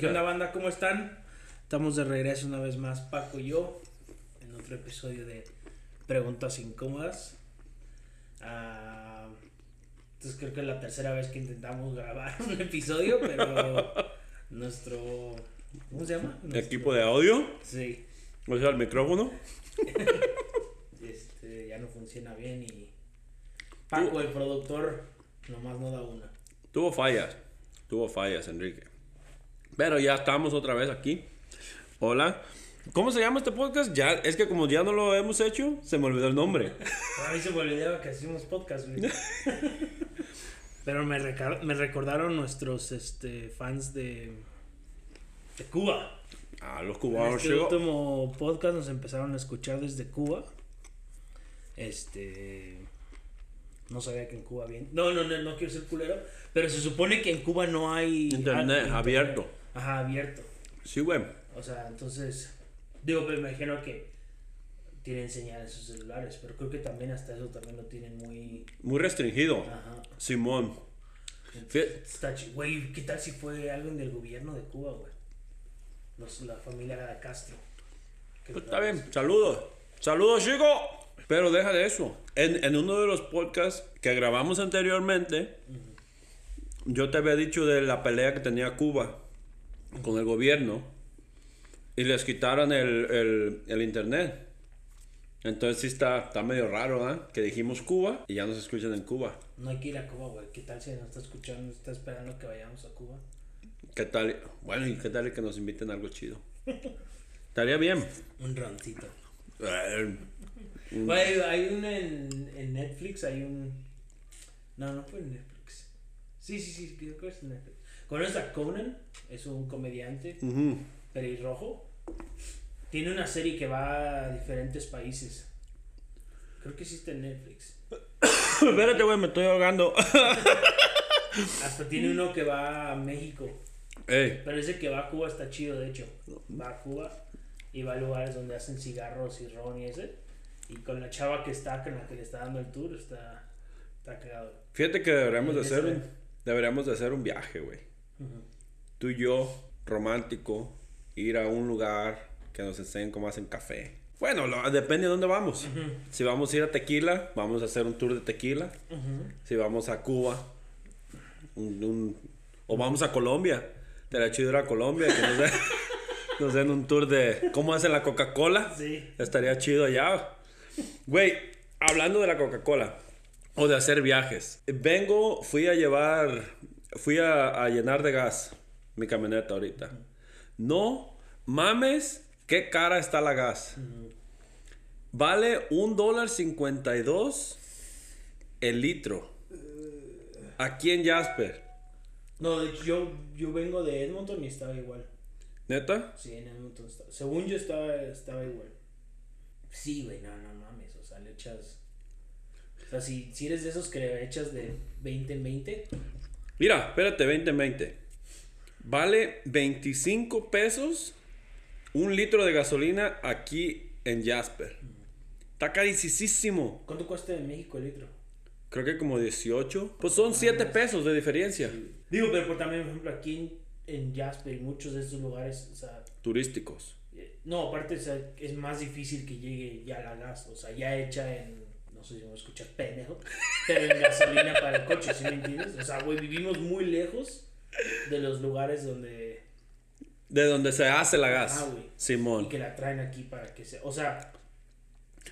¿Qué onda, banda? ¿Cómo están? Estamos de regreso una vez más, Paco y yo, en otro episodio de Preguntas Incómodas. Ah, entonces creo que es la tercera vez que intentamos grabar un episodio, pero nuestro... ¿Cómo se llama? El Nuestro- equipo de audio, Sí, o sea, el micrófono. este, ya no funciona bien y... Paco, el productor, nomás no da una. Tuvo fallas, tuvo fallas, Enrique. Pero ya estamos otra vez aquí. Hola. ¿Cómo se llama este podcast? Ya, es que como ya no lo hemos hecho, se me olvidó el nombre. A mí se me olvidaba que hacíamos podcast, güey. Pero me, reca- me recordaron nuestros este, fans de, de Cuba. Ah, los En cubanos, este chico. último podcast nos empezaron a escuchar desde Cuba. Este. No sabía que en Cuba bien. No, no, no, no quiero ser culero. Pero se supone que en Cuba no hay. Internet, abierto. Ajá, abierto. Sí, güey. O sea, entonces. Digo, pero me imagino que tienen señal en sus celulares. Pero creo que también hasta eso también lo tienen muy. Muy restringido. Ajá. Simón. Fie- Está chi- Güey, ¿qué tal si fue alguien del gobierno de Cuba, güey? Los- la familia de Castro. Que Pues, está bien, saludos. Saludos, chico. Pero deja de eso. En, en uno de los podcasts que grabamos anteriormente, yo te había dicho de la pelea que tenía Cuba con el gobierno y les quitaron el, el- el internet. Entonces sí está, está medio raro, ¿verdad? Que dijimos Cuba y ya nos escuchan en Cuba. No hay que ir a Cuba, güey. ¿Qué tal si nos está escuchando, está esperando que vayamos a Cuba? ¿Qué tal? Bueno, ¿y qué tal que nos inviten algo chido? Estaría bien. Un roncito. Eh, Güey, hay un en, en Netflix, hay un... No, no fue en Netflix. Sí, sí, sí, creo que es en Netflix. ¿Conoces a Conan? Es un comediante ujú. pelirrojo. Tiene una serie que va a diferentes países. Creo que existe en Netflix. Espérate, güey, me estoy ahogando. Hasta tiene uno que va a México. Ey. Pero ese que va a Cuba está chido, de hecho. Va a Cuba y va a lugares donde hacen cigarros y ron y ese. Y con la chava que está, con la que le está dando el tour, está, está cagado. Fíjate que deberíamos de Ese. hacer un, deberíamos de hacer un viaje, güey. Ujú. Tú y yo, romántico, ir a un lugar que nos enseñen cómo hacen café. Bueno, lo- depende de dónde vamos. Si vamos a ir a Tequila, vamos a hacer un tour de Tequila. Si vamos a Cuba, un- un- o vamos a Colombia, te la chido ir a Colombia, que nos den, nos den un tour de cómo hacen la Coca-Cola. Sí. Estaría chido allá. Güey, hablando de la Coca-Cola o de hacer viajes. Vengo, fui a llevar, fui a, a llenar de gas mi camioneta ahorita. No mames, qué cara está la gas. Vale un dólar cincuenta y dos el litro. Aquí en Jasper. No, de hecho, yo, yo vengo de Edmonton y estaba igual. ¿Neta? Sí, en Edmonton estaba. Según yo estaba, estaba igual. Sí, güey, no, no mames. O sea, le echas. O sea, si, si eres de esos que le echas de 20 en 20, Mira, espérate, 2020. Vale 25 pesos un litro de gasolina aquí en Jasper. Está carísimo. ¿cuánto cuesta en México el litro? Creo que como 18. Pues son 7 pesos de diferencia. Digo, pero por también, por ejemplo, aquí en, en Jasper, en muchos de estos lugares, o sea, Turísticos. eh, no, aparte, o sea, es más difícil que llegue ya la gas, o sea, ya hecha en, no sé si me voy a escuchar pendejo, pero en gasolina para el coche, ¿sí me entiendes? O sea, güey, vivimos muy lejos de los lugares donde, De donde se hace la gas. Ah, güey. y Simón. que la traen aquí para que se, o sea...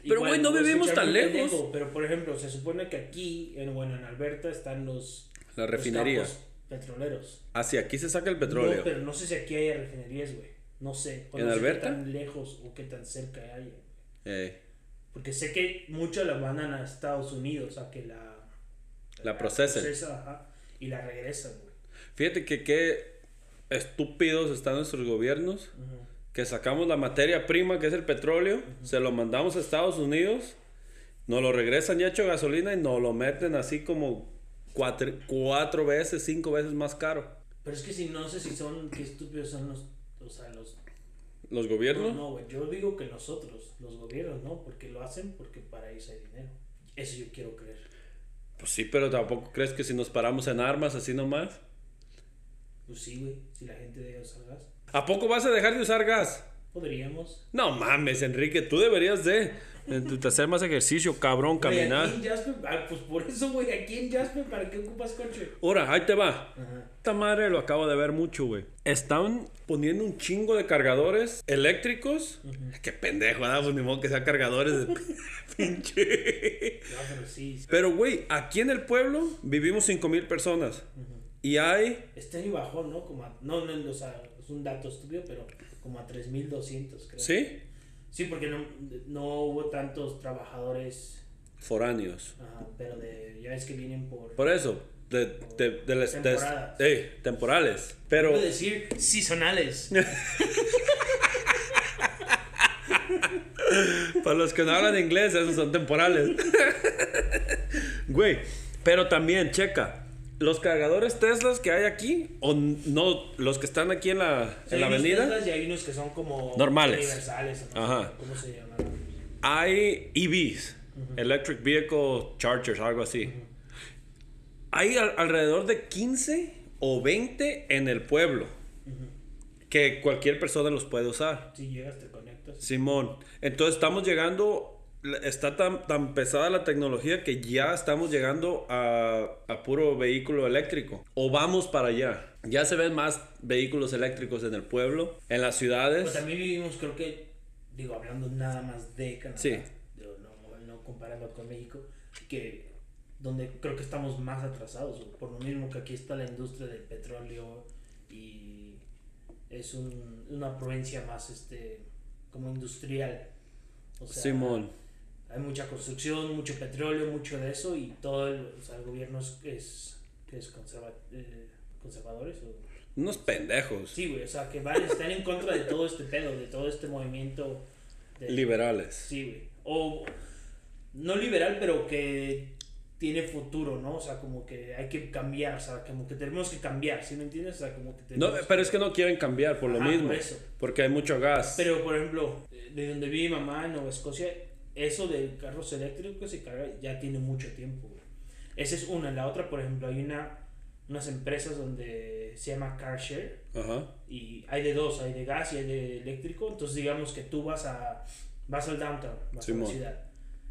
Pero, güey, no voy a vivimos escuchar tan muy lejos. pendejo, pero, por ejemplo, se supone que aquí, en, bueno, en Alberta están los... La los refinería. campos petroleros. Hacia Ah, aquí se saca el No, petróleo. pero no sé si aquí hay refinerías, güey. No sé. O ¿En no sé qué Alberta? tan lejos o qué tan cerca hay. Ey, Porque sé que muchos la mandan a Estados Unidos a que la... La procesen. procesan, ajá, y la regresan, güey. Fíjate que qué estúpidos están nuestros gobiernos. Ujú. que sacamos la materia prima que es el petróleo, se lo mandamos a Estados Unidos, nos lo regresan ya hecho gasolina y nos lo meten así como cuatro, cuatro veces, cinco veces más caro. Pero es que si no sé si son... Qué estúpidos son los... O sea, los... ¿Los No, gobiernos? no, güey. Yo digo que nosotros, los gobiernos, ¿no? Porque lo hacen porque para ellos hay dinero. Eso yo quiero creer. Pues sí, pero tampoco crees que si nos paramos en armas así nomás. Pues sí, güey, si la gente deja de usar gas. ¿A poco vas a dejar de usar gas? Podríamos. No mames, Enrique, tú deberías de, de hacer más ejercicio, cabrón, Güey, caminar. aquí en Jasper, ah, pues por eso, güey, aquí en Jasper, ¿para qué ocupas coche? Ahora, ahí te va. Ajá. Esta madre lo acabo de ver mucho, güey. Están poniendo un chingo de cargadores eléctricos. Qué pendejo, ¿verdad? Pues ni modo que sean cargadores de pinche. No, pero sí. Pero, güey, aquí en el pueblo vivimos 5 mil personas. Y hay Este año bajó, ¿no? Como a- no, no, o sea, es un dato estúpido, pero como a 3.200, creo. ¿Sí? Sí, porque no, no hubo tantos trabajadores, Foráneos. ah, pero de, ya ves que vienen por... Por eso, de, de, de las- de- Temporadas. Ey, temporales. Pero, Puedo decir seasonales. para los que no hablan inglés, esos son temporales. Güey, pero también, checa. Los cargadores Teslas que hay aquí, o no, los que están aquí en la, O sea, en la hay unos avenida, Teslas Y hay unos que son como... Normales. Universales. ¿no? Ajá. ¿Cómo se llama? hay EVs, Electric Vehicle Chargers, algo así. Hay al- alrededor de 15 o 20 en el pueblo que cualquier persona los puede usar. Si llegas, te conectas. Simón, entonces estamos llegando, la- está tan, tan pesada la tecnología que ya estamos llegando a, a puro vehículo eléctrico. O vamos para allá. Ya se ven más vehículos eléctricos en el pueblo, en las Pero ciudades. Pues, también vivimos, creo que, digo, hablando nada más de Canadá. Sí. digo, no, no comparando con México, que donde creo que estamos más atrasados, güey, por lo mismo que aquí está la industria del petróleo y es un- una provincia más, este, como industrial. O sea, Simón, hay mucha construcción, mucho petróleo, mucho de eso y todo el, o sea, el gobierno es, es, que es conserva- eh, conservadores. o- unos pendejos Sí, güey, o sea, que van, están en contra de todo este pedo, de todo este movimiento. De, liberales. Sí, güey. O no liberal, pero que tiene futuro, ¿no? O sea, como que hay que cambiar, o sea, como que tenemos que cambiar, ¿sí me entiendes? O sea, como que No, tenemos pero es que no quieren cambiar por lo Ajá, mismo, por eso. porque hay mucho gas. Pero, por ejemplo, de donde vive mi mamá en Nueva Escocia, eso de carros eléctricos y carga ya tiene mucho tiempo. güey. Esa es una. La otra, por ejemplo, hay una, unas empresas donde se llama CarShare Ajá. y hay de dos, hay de gas y hay de eléctrico. Entonces, digamos que tú vas a vas al downtown, vas a Simón. la ciudad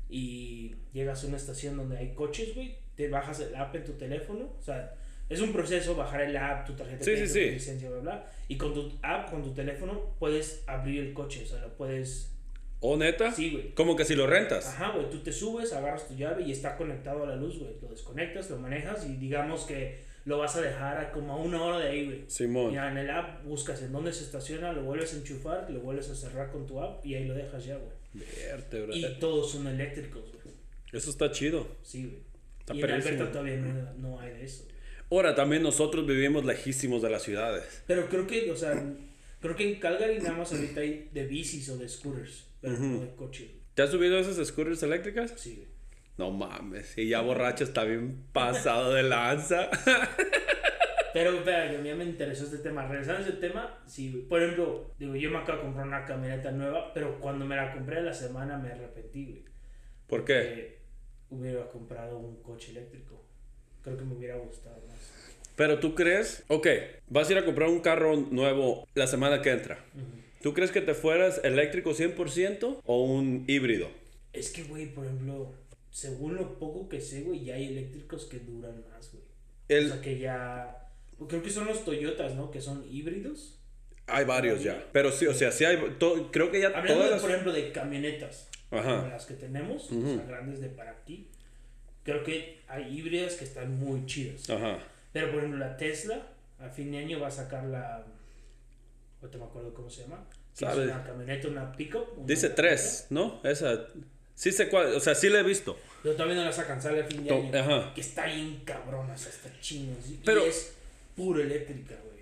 y llegas a una estación donde hay coches, güey, te bajas el app en tu teléfono, o sea, es un proceso bajar el app, tu tarjeta Sí, de crédito, sí, sí. tu licencia, bla, bla, y con tu app, con tu teléfono puedes abrir el coche, o sea, lo puedes ¿O neta? Sí, güey. Como que si lo rentas. Ajá, güey, tú te subes, agarras tu llave y está conectado a la luz, güey. Lo desconectas, lo manejas y digamos que lo vas a dejar a como a una hora de ahí, güey. Simón. Ya en el app buscas en dónde se estaciona, lo vuelves a enchufar, lo vuelves a cerrar con tu app y ahí lo dejas ya, güey. Vértebra. Y todos son eléctricos, güey. Eso está chido. Sí, güey. Está y en perrísimo. Alberta todavía no, no hay de eso. güey. Ahora también nosotros vivimos lejísimos de las ciudades. Pero creo que, o sea, creo que en Calgary nada más ahorita hay de bicis o de scooters, pero no de coche. güey. ¿Te has subido a esas scooters eléctricas? Sí, güey. No mames, y ya borracho está bien pasado de lanza. Pero, espera, que a mí me interesó este tema. Regresando a ese tema, sí, güey. por ejemplo, digo, yo me acabo de comprar una camioneta nueva, pero cuando me la compré a la semana me arrepentí, güey. ¿Por qué? Eh, hubiera comprado un coche eléctrico. Creo que me hubiera gustado más. Pero tú crees, ok, vas a ir a comprar un carro nuevo la semana que entra. ¿Tú crees que te fueras eléctrico 100% o un híbrido? Es que, güey, por ejemplo, según lo poco que sé, güey, ya hay eléctricos que duran más, güey. El- O sea, que ya... pues, Creo que son los Toyotas, ¿no? Que son híbridos. hay varios ya. Pero sí, o sea, sí hay, to- creo que ya Hablando, todas de, las... por ejemplo, de camionetas. Ajá. Como las que tenemos, o sea, grandes de para aquí. Creo que hay híbridas que están muy chidas. Ajá. Pero, por ejemplo, la Tesla, a fin de año va a sacar la... No te me acuerdo cómo se llama. que es Sabe. Una camioneta, una pickup. una Dice camioneta. tres, ¿no? Esa... Sí sé cuál, o sea, sí la he visto. Pero también no la sacan, sale a fin de To- año. ajá. Que está bien cabrona, o sea, está chino. y- Pero- y es puro eléctrica, güey.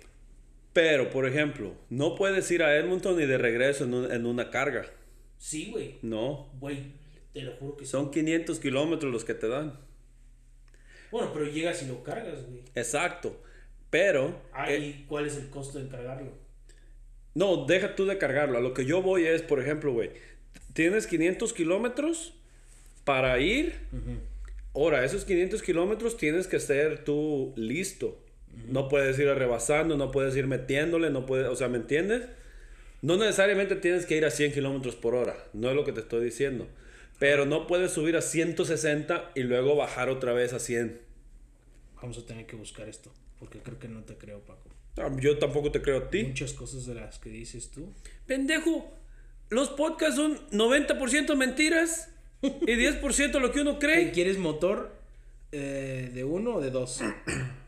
Pero, por ejemplo, no puedes ir a Edmonton y de regreso en, un- en una carga. Sí, güey. No. Güey, te lo juro que sí. Son 500 kilómetros los que te dan. Bueno, pero llegas y lo cargas, güey. Exacto. Pero, Ah, eh, ¿y cuál es el costo de cargarlo? no, deja tú de cargarlo. A lo que yo voy es, por ejemplo, güey, tienes 500 kilómetros para ir. Ahora, esos 500 kilómetros tienes que ser tú listo. No puedes ir rebasando, no puedes ir metiéndole, no puedes, o sea, ¿me entiendes? No necesariamente tienes que ir a 100 kilómetros por hora, no es lo que te estoy diciendo. Pero no puedes subir a 160 y luego bajar otra vez a 100. Vamos a tener que buscar esto, porque creo que no te creo, Paco. Ah, Yo tampoco te creo a ti. Muchas cosas de las que dices tú. Pendejo, los podcasts son 90% mentiras y 10% lo que uno ¿Qué cree. ¿Quieres motor eh, de uno o de dos?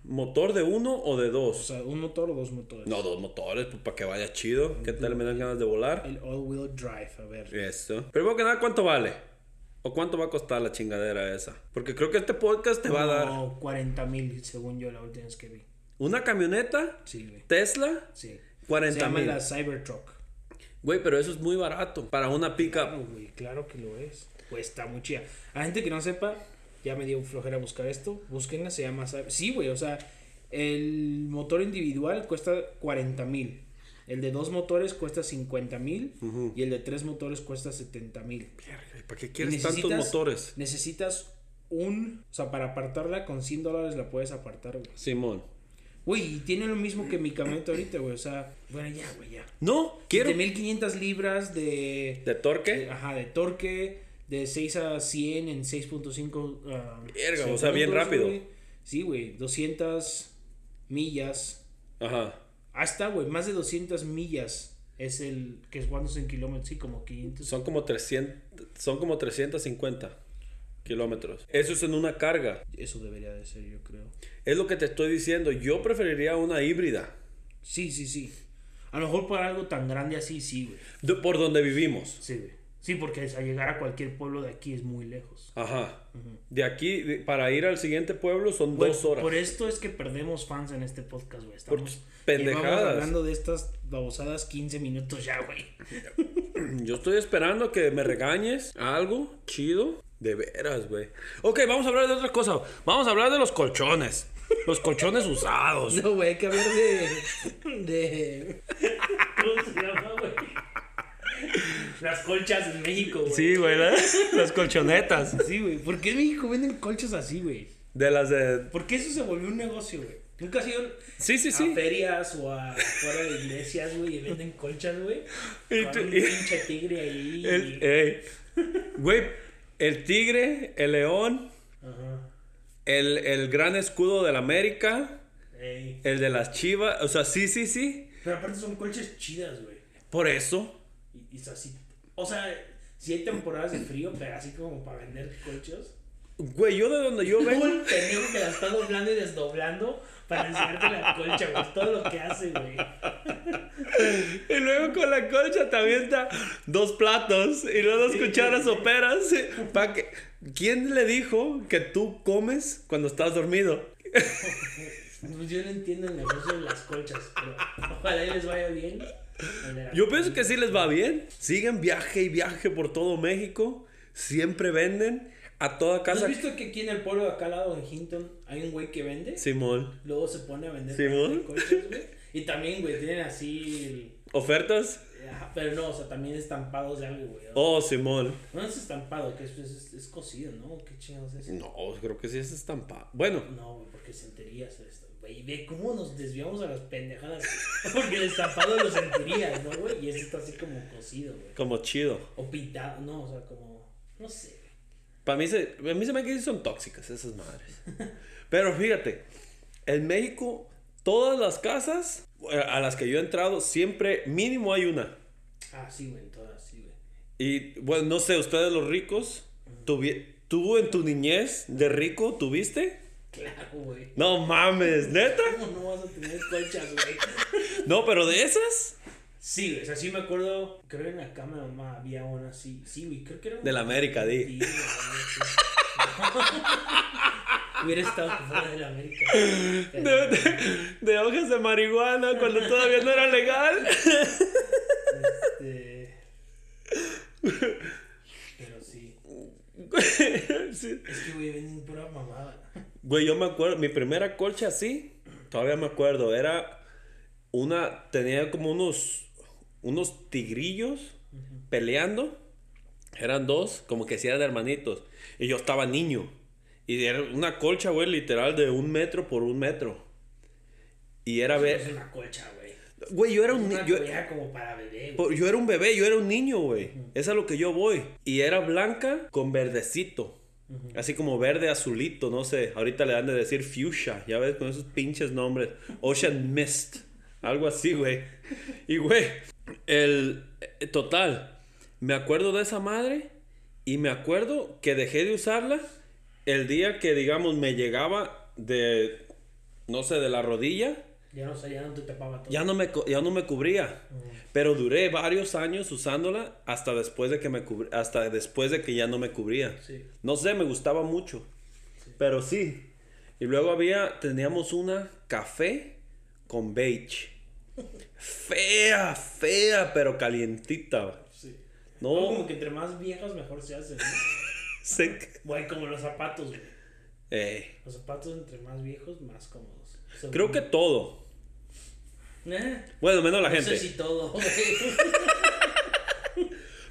¿Motor de uno o de O dos? sea, un motor o dos motores. No, dos motores, pues para que vaya chido. ¿Qué tal me dan ganas de volar? El all-wheel drive, a Eh, ver. Eso. Primero que nada, ¿cuánto vale? ¿O cuánto va a costar la chingadera esa? Porque creo que este podcast te va a dar No, 40 mil, según yo, la última vez que vi. una camioneta, Sí, güey. Tesla, Sí. Se 40 llama mil. la Cybertruck. Güey, pero eso es muy barato para una pica. Claro, güey, claro que lo es. Pues está muy chida. A gente que no sepa, ya me dio flojera buscar esto. Búsquenla, se llama. Cy- Sí, güey, o sea, el motor individual cuesta 40 mil. El de dos motores cuesta 50 mil. Y el de tres motores cuesta 70 mil. ¿Para qué quieres tantos necesitas- motores? Necesitas un. O sea, para apartarla con 100 dólares la puedes apartar, güey. Simón. Güey, y tiene lo mismo que mi camioneta ahorita, güey. O sea, bueno, ya, güey, ya. No, quiero. 7500 libras de. ¿De torque? de- ajá, de torque. De 6 a 100 en 6.5. ah, Verga, o sea, bien segundos, rápido. güey. Sí, güey. 200 millas. Ajá. Hasta, güey, más de 200 millas es el. que es cuántos en kilómetros. Sí, como 500. Son como 300, son como 350 kilómetros. Eso es en una carga. Eso debería de ser, yo creo. Es lo que te estoy diciendo. Yo preferiría una híbrida. Sí, sí, sí. A lo mejor para algo tan grande así, sí, güey. de- por donde vivimos. Sí, güey. Sí, porque es- a llegar a cualquier pueblo de aquí es muy lejos. Ajá. De aquí, de- para ir al siguiente pueblo son Güey, dos horas. Por esto es que perdemos fans en este podcast, güey. Por Estamos tus pendejadas. llevamos hablando de estas babosadas 15 minutos ya, güey. Yo estoy esperando que me regañes algo chido. De veras, güey. Ok, vamos a hablar de otra cosa. Vamos a hablar de los colchones. Los colchones usados. No, güey, hay que hablar de. de. ¿Cómo se llama, güey? Las colchas en México, güey. Sí, güey. la- Las colchonetas. Sí, güey. ¿Por qué en México venden colchas así, güey? De las de... ¿Por qué eso se volvió un negocio, güey? Nunca ha sido Sí, sí, a sí. ferias o a fuera de iglesias, güey, y venden colchas, güey. Y Con tú- un y- pinche tigre ahí. El- ey. Güey, el tigre, el león, Ajá. el, el gran escudo de la América, Ey. el de las chivas, o sea, sí, sí, sí. Pero aparte son colchas chidas, güey. Por eso. Y, y es así. O sea, si hay temporadas de frío, pero así como para vender colchas. Güey, yo de donde yo Todo vengo. el pendejo que la está doblando y desdoblando para enseñarte la colcha, güey. Es Todo lo que hace, güey. Y luego con la colcha te avienta dos platos y luego dos cucharas soperas. Pa que... ¿Quién le dijo que tú comes cuando estás dormido? Pues yo no entiendo el negocio de las colchas, pero ojalá y les vaya bien. Yo pienso que sí les va bien. Siguen viaje y viaje por todo México. Siempre venden a toda ¿Has casa. visto que aquí en el pueblo de acá al lado en Hinton hay un güey que vende? Simón. Luego se pone a vender Simón. colchas, güey. Y también, güey, tienen así. ¿Ofertas? el- ajá, Pero no, o sea, también estampados de algo, güey. Oh, Simón. No es estampado, que es, es, es cocido, ¿no? ¿Qué chingados es? No, creo que sí es estampado. Bueno, No, güey, porque sentirías esto. Güey, ve cómo nos desviamos a las pendejadas. Porque el estampado lo sentirías, ¿no, güey? Y este está así como cocido, güey. como chido. O pintado, no, o sea, como. No sé. Para mí se, a mí se me hace que son tóxicas esas madres. Pero fíjate, en México, todas las casas eh, a las que yo he entrado, siempre mínimo hay una. Ah, sí, güey, en todas, sí, güey. Y bueno, no sé, ustedes los ricos, tuvi- ¿tú en tu niñez de rico tuviste? Claro, güey. No mames, neta. ¿Cómo no vas a tener colchas, güey? No, pero de esas, Sí, güey, o sea, sí me acuerdo. Creo que en la cama de mamá había una así. Sí, güey, creo que era una. de la América, Sí, di. güey, sí. Hubiera estado fuera de la América. De, de- de hojas de marihuana cuando todavía no era legal. Este... Pero sí. Sí. Es que, güey, venden pura mamada. Güey, yo me acuerdo, mi primera colcha así, todavía me acuerdo, era una, tenía como unos, unos tigrillos peleando, eran dos, como que si eran hermanitos, y yo estaba niño, y era una colcha, güey, literal de un metro por un metro. Y era Es ver. una colcha, güey. Güey, yo era un. ni- Una yo- colcha como para bebé, güey. Por- Yo era un bebé, yo era un niño, güey. Es a lo que yo voy. Y era blanca con verdecito. Así como verde azulito, no sé. Ahorita le dan de decir fuchsia, ya ves, con esos pinches nombres. Ocean Mist. Algo así, güey. Y, güey, el... eh, Total. Me acuerdo de esa madre y me acuerdo que dejé de usarla el día que, digamos, me llegaba de... No sé, de la rodilla. Ya no sé, ya no te tapaba todo. Ya no me, cu- ya no me cubría. Mm. Pero duré varios años usándola hasta después de que me cubr- hasta después de que ya no me cubría. Sí. No sé, me gustaba mucho. Pero sí. Y luego había, teníamos una café con beige. Fea, fea, pero calientita. Sí. No, No, como que entre más viejas mejor se hacen. ¿no? sé que- Güey, como los zapatos, güey. Eh, Los zapatos entre más viejos, más cómodos. Según- creo que todo. Eh, Bueno, menos la no gente. sé si todo, güey.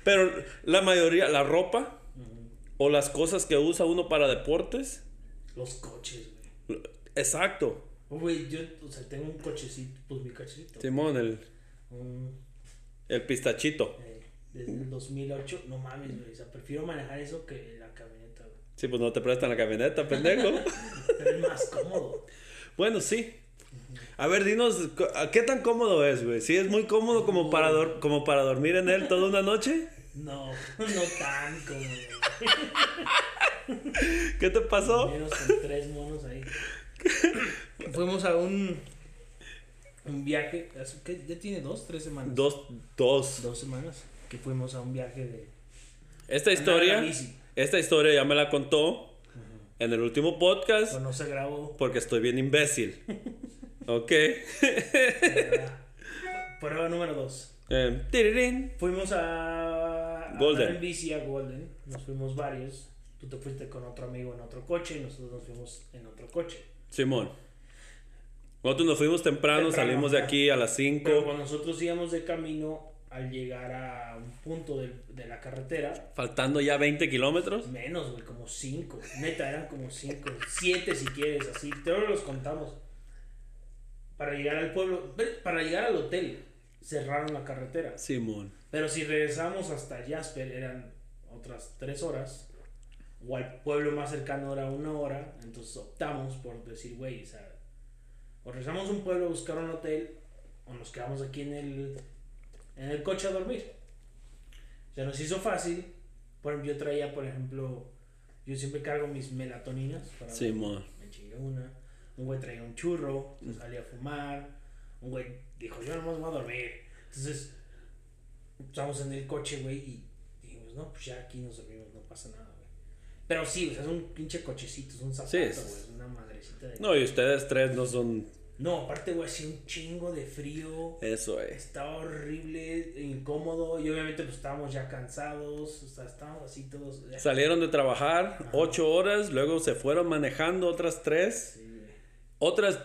Pero la mayoría, la ropa o las cosas que usa uno para deportes. Los coches, güey. Oh, Exacto. Güey, yo, o sea, tengo un cochecito, pues mi cochecito. Simón, el, Un, el pistachito. eh, desde el 2008, no mames, güey. O sea, prefiero manejar eso que la camioneta, güey. Sí, pues no te prestan la camioneta, pendejo. Pero es más cómodo. bueno, sí. A ver, dinos, co- ¿a ¿qué tan cómodo es, güey? ¿Sí es muy cómodo como para, dor- como para dormir en él toda una noche? No, no tan cómodo. güey. ¿Qué te pasó? Menos con tres monos ahí. Fuimos a un, un viaje. hace- ¿qué? ¿Ya tiene dos? ¿Tres semanas? Dos, dos. Dos semanas. Que fuimos a un viaje de. andar Esta en historia, la bici. esta historia ya me la contó en el último podcast Pero no se grabó. porque estoy bien imbécil. Ok. la verdad. Prueba número dos. Em, tirirín. Fuimos a. a Golden. andar en bici a Golden. Nos fuimos varios. Tú te fuiste con otro amigo en otro coche y nosotros nos fuimos en otro coche. Simón. Nosotros nos fuimos temprano, Temprano, salimos de ajá. aquí a las Pero 5. cuando nosotros íbamos de camino, al llegar a un punto del- de la carretera, Faltando ya 20 kilómetros. Menos, güey, como cinco. Neta, eran como cinco. Siete si quieres, así. Te ahora los contamos. Para llegar al pueblo, ve, para llegar al hotel, cerraron la carretera. Simón. Pero si regresamos hasta Jasper, eran otras tres horas. O al pueblo más cercano era una hora. Entonces optamos por decir, güey, o sea, o regresamos a un pueblo a buscar un hotel, o nos quedamos aquí en el, en el coche a dormir. Se nos hizo fácil. Por ejemplo, yo traía, por ejemplo, yo siempre cargo mis melatoninas. Para Simón. me chingué una. Un güey traía un churro, se Mm. salía a fumar. Un güey dijo, yo nomás voy a dormir. Entonces, estamos en el coche, güey, y dijimos, no, pues ya aquí nos dormimos, no pasa nada, güey. Pero sí, o sea, es un pinche cochecito, es un zapato, Sí, güey, es- es una madrecita de... No, No, y ustedes tres no son aparte, güey, hacía un chingo de frío. eso, eh. es. Estaba horrible, incómodo, y obviamente pues estábamos ya cansados, o sea, estábamos así todos... Salieron de trabajar ocho horas, luego se fueron manejando otras tres, Sí, güey. otras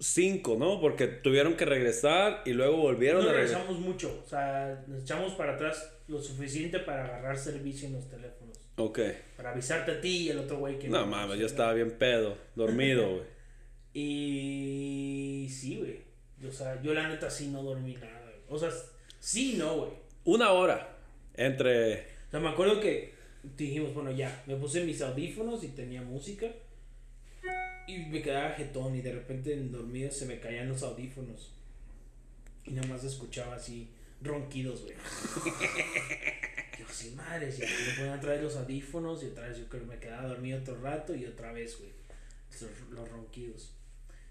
cinco, ¿no? Porque tuvieron que regresar y luego volvieron No a regresar. regresamos mucho, o sea, nos echamos para atrás lo suficiente para agarrar servicio en los teléfonos. Ok. Para avisarte a ti y al otro güey que... No mames, yo estaba bien pedo, dormido, güey. Y... Sí, güey. O sea, yo la neta sí no dormí nada. güey. O sea, sí, no, güey. Una hora entre. O sea, me acuerdo que dijimos, bueno, ya, me puse mis audífonos y tenía música. Y me quedaba jetón y de repente en dormido se me caían los audífonos. Y nada más escuchaba así ronquidos, güey. Yo sí, madres, ya me ponían otra vez los audífonos y otra vez yo creo que me quedaba dormido otro rato y otra vez, güey. Los, los ronquidos.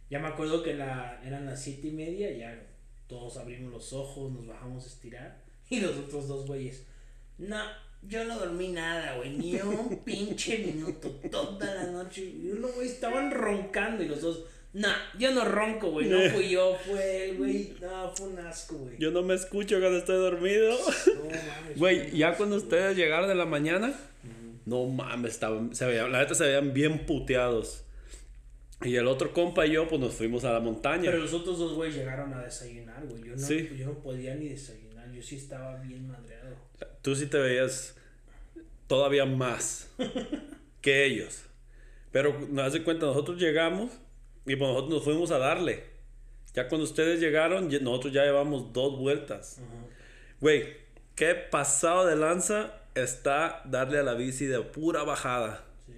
Ya me acuerdo que la, eran las siete y media, ya todos abrimos los ojos, nos bajamos a estirar. Y los otros dos güeyes, no, yo no dormí nada, güey, ni un pinche minuto, toda la noche. Y uno, güey, estaban roncando y los dos, no, yo no ronco, güey, no fui yo, fue él, güey, no, fue un asco, güey. Yo no me escucho cuando estoy dormido. No mames, Güey, ya cuando ustedes llegaron de la mañana, no mames, estaban, se veían, la neta se veían bien puteados. Y el otro compa y yo, pues nos fuimos a la montaña. Pero los otros dos güeyes llegaron a desayunar, güey. Yo no, Sí. yo no podía ni desayunar. Yo sí estaba bien madreado. Tú sí te veías todavía más que ellos. Pero nos das de cuenta, nosotros llegamos y pues nosotros nos fuimos a darle. Ya cuando ustedes llegaron, ya- nosotros ya llevamos dos vueltas. Güey, qué pasado de lanza está darle a la bici de pura bajada. Sí.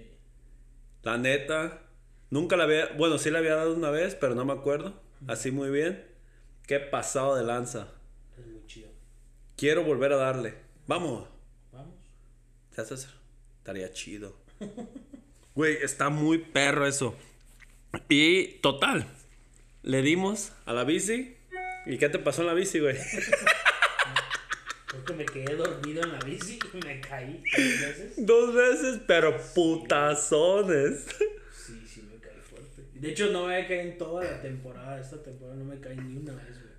La neta, nunca la había, bueno, sí la había dado una vez, pero no me acuerdo. Así muy bien. Qué pasado de lanza. Es muy chido. Quiero volver a darle. Vamos. Vamos. Ya, César. Estaría chido. Güey, está muy perro eso. Y total, le dimos a la bici. ¿Y qué te pasó en la bici, güey? Porque me quedé dormido en la bici y me caí tres veces. Dos veces, pero putazones. Sí, sí, me caí fuerte. De hecho, no me había caído en toda la temporada. Esta temporada no me caí ni una vez, güey.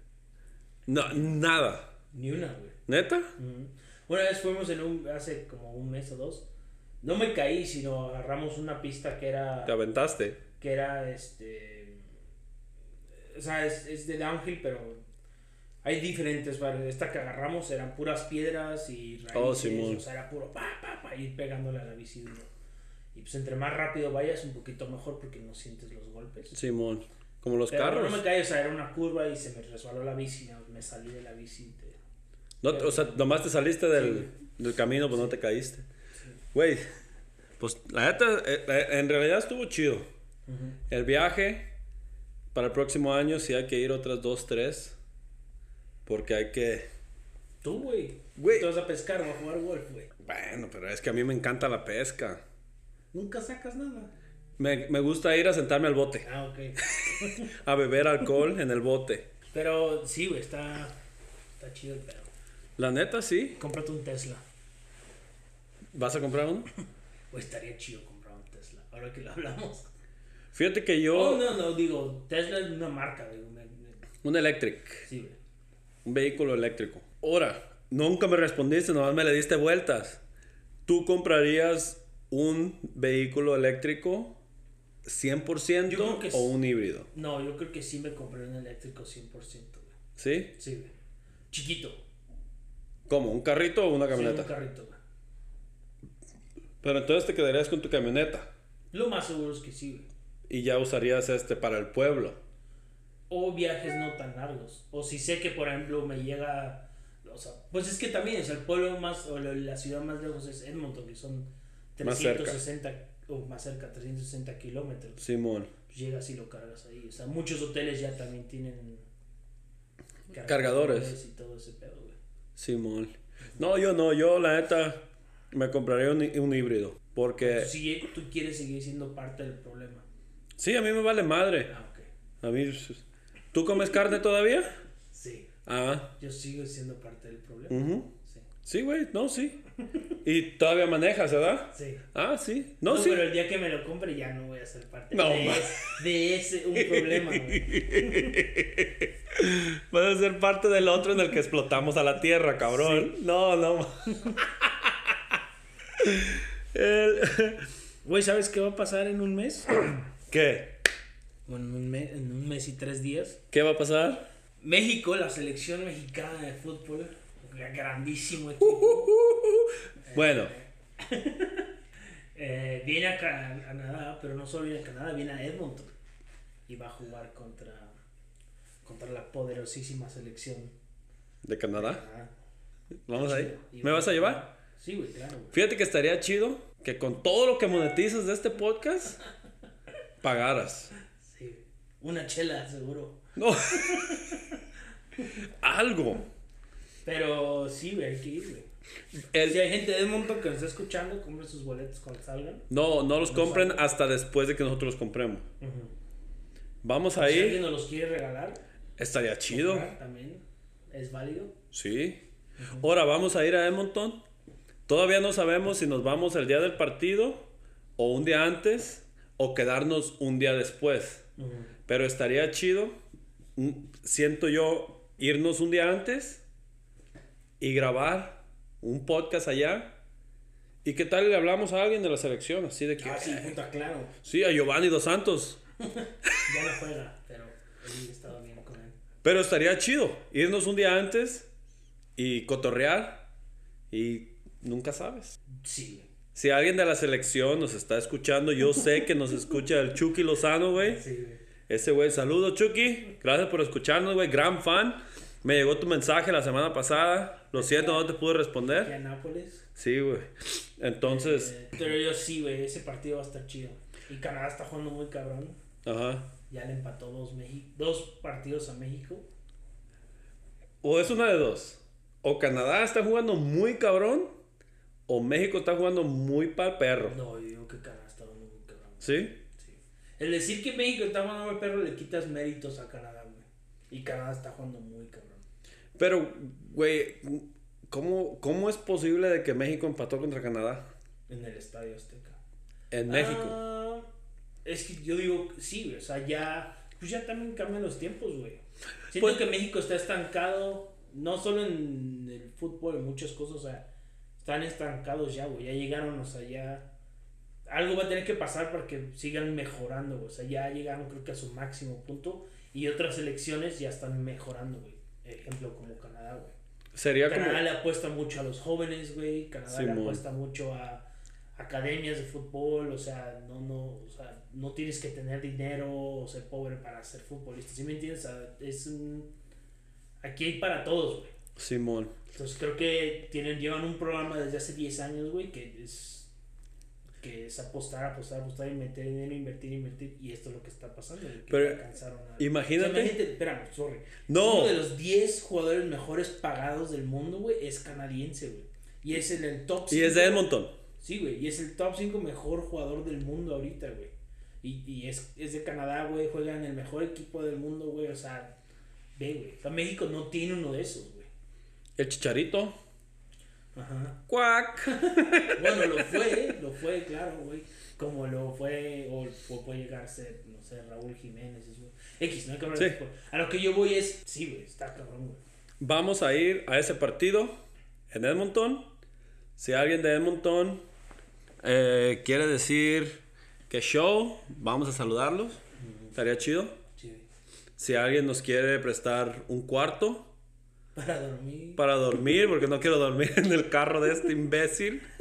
No, nada. Ni una, güey. ¿Neta? Ujú. Una vez fuimos en un, hace como un mes o dos. No me caí, sino agarramos una pista que era, Te aventaste. que era este, o sea, es, es de downhill, pero hay diferentes, ¿vale? Esta que agarramos eran puras piedras y raíces, Oh, Simón. o sea, era puro pa, pa, pa, ir pegándole a la bici duro. Y pues entre más rápido vayas, un poquito mejor porque no sientes los golpes. Simón. Como los Pero carros. no me caí, o sea, era una curva y se me resbaló la bici, me salí de la bici. y te- No, o sea, nomás te saliste del, del camino, pues no te caíste. Güey, pues la neta, eh, eh, en realidad estuvo chido. El viaje, para el próximo año sí hay que ir otras dos, tres. Porque hay que... Tú, güey. Güey. Te vas a pescar o a jugar golf, güey. Bueno, pero es que a mí me encanta la pesca. Nunca sacas nada. Me, me gusta ir a sentarme al bote, Ah, ok. a beber alcohol en el bote. Pero sí, güey, está, está chido el pedo. La neta, sí. Cómprate un Tesla. ¿Vas a comprar uno? O Pues estaría chido comprar un Tesla. Ahora que lo hablamos. Fíjate que Oh, yo... no, no, digo, Tesla es una marca, güey. me- me- Un electric. Sí, güey. Un vehículo eléctrico. Ahora, nunca me respondiste, nomás me le diste vueltas. ¿Tú comprarías un vehículo eléctrico 100% Yo creo que o sí. un híbrido? No, yo creo que sí me compré un eléctrico 100%, güey. ¿Sí? Sí, güey. Chiquito. ¿Cómo? ¿Un carrito o una Sí, camioneta? un carrito, güey. Pero entonces te quedarías con tu camioneta Lo más seguro es que sí, güey. y ya usarías este para el pueblo. o viajes no tan largos. O si sé que, por ejemplo, me llega. O sea, pues es que también, o sea, el pueblo más. O la- la ciudad más lejos es Edmonton, que son Más cerca. 360. O más cerca, 360 kilómetros. Simón. Pues llegas y lo cargas ahí. O sea, muchos hoteles ya también tienen. Cargadores. Y todo ese pedo, güey. Simón. No, yo no, yo la neta me compraría un, un híbrido. Porque Si tú quieres seguir siendo parte del problema. sí, a mí me vale madre. Ah, ok. A mí... ¿Tú comes carne todavía? Sí. Ah. Yo sigo siendo parte del problema. ujú. Sí. Sí, güey, no, sí. Y todavía manejas, ¿verdad? Sí. Ah, sí. No, No, sí. pero el día que me lo compre ya no voy a ser parte No, de, ma. de ese un problema, güey. Vas a ser parte del otro en el que explotamos a la tierra, cabrón. No, no. El- Güey, ¿sabes qué va a pasar en un mes? ¿Qué? bueno, en un, mes, en un mes y tres días. ¿Qué va a pasar? México, la selección mexicana de fútbol, la grandísimo equipo, Bueno, eh, viene a Ca- Canadá, pero no solo viene a Canadá, viene a Edmonton. Y va a jugar contra, contra la poderosísima selección. de Canadá. Ah, Vamos ahí. ¿Me vas a llevar? sí, güey, claro, güey. Fíjate que estaría chido que con todo lo que monetizas de este podcast, pagaras. Sí, güey. Una chela, seguro. No. Algo. Pero sí, güey, hay que ir, güey. El, Si hay gente de Edmonton que nos está escuchando, compre sus boletos cuando salgan. No, no los compren hasta después de que nosotros los compremos. Vamos Si ahí. alguien nos los quiere regalar, Estaría chido. comprar también es válido. Sí. Ahora vamos a ir a Edmonton. Todavía no sabemos si nos vamos el día del partido o un día antes o quedarnos un día después. Pero estaría chido, mm, siento yo, irnos un día antes y grabar un podcast allá. ¿Y qué tal le hablamos a alguien de la selección? Así de que... Ah, sí, junta claro. Sí, a Giovanni Dos Santos. Ya no juega, pero él estaba bien con él. Pero estaría chido irnos un día antes y cotorrear y nunca sabes. Sí, Si alguien de la selección nos está escuchando, yo sé que nos escucha el Chucky Lozano, güey. güey. Sí, güey. Ese güey, saludos Chucky. Gracias por escucharnos, güey. Gran fan. Me llegó tu mensaje la semana pasada. Lo siento, no te pude Y a responder. Nápoles. Sí, güey. Entonces, Eh, pero yo sí, güey, ese partido va a estar chido. Y Canadá está jugando muy cabrón. ajá. Ya le empató dos, Meji- dos partidos a México. O es una de dos. O Canadá está jugando muy cabrón. O México está jugando muy pa'l perro. No, yo digo que Canadá está jugando muy cabrón. ¿Sí? Sí. El decir que México está jugando muy perro le quitas méritos a Canadá, güey. Y Canadá está jugando muy cabrón. Pero, güey, ¿cómo, ¿cómo es posible de que México empató contra Canadá? En el Estadio Azteca. En México. Ah, es que yo digo, sí, güey, o sea, ya, pues ya también cambian los tiempos, güey. Siento Pues- que México está estancado, no solo en el fútbol, en muchas cosas, o sea, están estancados ya, güey, ya llegaron, o sea, ya... Algo va a tener que pasar para que sigan mejorando, güey. O sea, ya llegaron creo que a su máximo punto y otras selecciones ya están mejorando, güey. Ejemplo como Canadá, güey. Sería como... Canadá le apuesta mucho a los jóvenes, güey. Canadá le Simón. apuesta mucho a academias de fútbol, o sea, no, no, o sea, no tienes que tener dinero o ser pobre para ser futbolista, ¿sí me entiendes? O sea, es un- aquí hay para todos, güey. Simón. Entonces creo que tienen, llevan un programa desde hace 10 años, güey, que es que es apostar, apostar, apostar y meter dinero, invertir, invertir, y esto es lo que está pasando. güey, que Pero, ya alcanzaron a- imagínate- O sea, imagínate- espérame, sorry. No. Uno de los 10 jugadores mejores pagados del mundo, güey, es canadiense, güey. Y es en el top Y es cinco- de Edmonton. Sí, güey, y es el top 5 mejor jugador del mundo ahorita, güey. Y, y es, es de Canadá, güey, juega en el mejor equipo del mundo, güey, o sea, ve, güey. O sea, México no tiene uno de esos, güey. El chicharito. Ajá. Cuac. Bueno, lo fue, lo fue, claro, güey. Como lo fue, o, o puede llegar a ser, no sé, Raúl Jiménez, eso. X, no hay que hablar de Sí. fútbol. A lo que yo voy es, sí, güey, está cabrón, güey. Vamos a ir a ese partido en Edmonton. Si alguien de Edmonton eh, quiere decir que show, vamos a saludarlos. Estaría chido. Sí, güey. Si alguien nos quiere prestar un cuarto Para dormir. para dormir, porque no quiero dormir en el carro de este imbécil.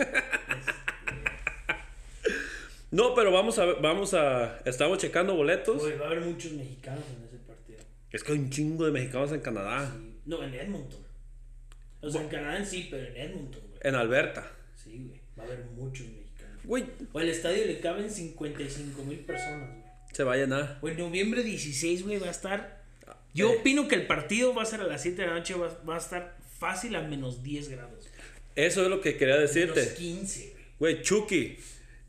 No, pero vamos a, vamos a, estamos checando boletos. Güey, va a haber muchos mexicanos en ese partido. Es que hay un chingo de mexicanos en Canadá, Sí. No, en Edmonton. O sea, en Canadá en sí, pero en Edmonton, güey. en Alberta. Sí, güey. Va a haber muchos mexicanos. Güey, O al estadio le caben 55 mil personas, güey. se va a llenar. Güey, noviembre 16, güey, va a estar. Yo Eh. opino que el partido va a ser a las 7 de la noche, va, va a estar fácil a menos 10 grados. Eso es lo que quería Menos decirte. 15, güey. Güey, Chucky,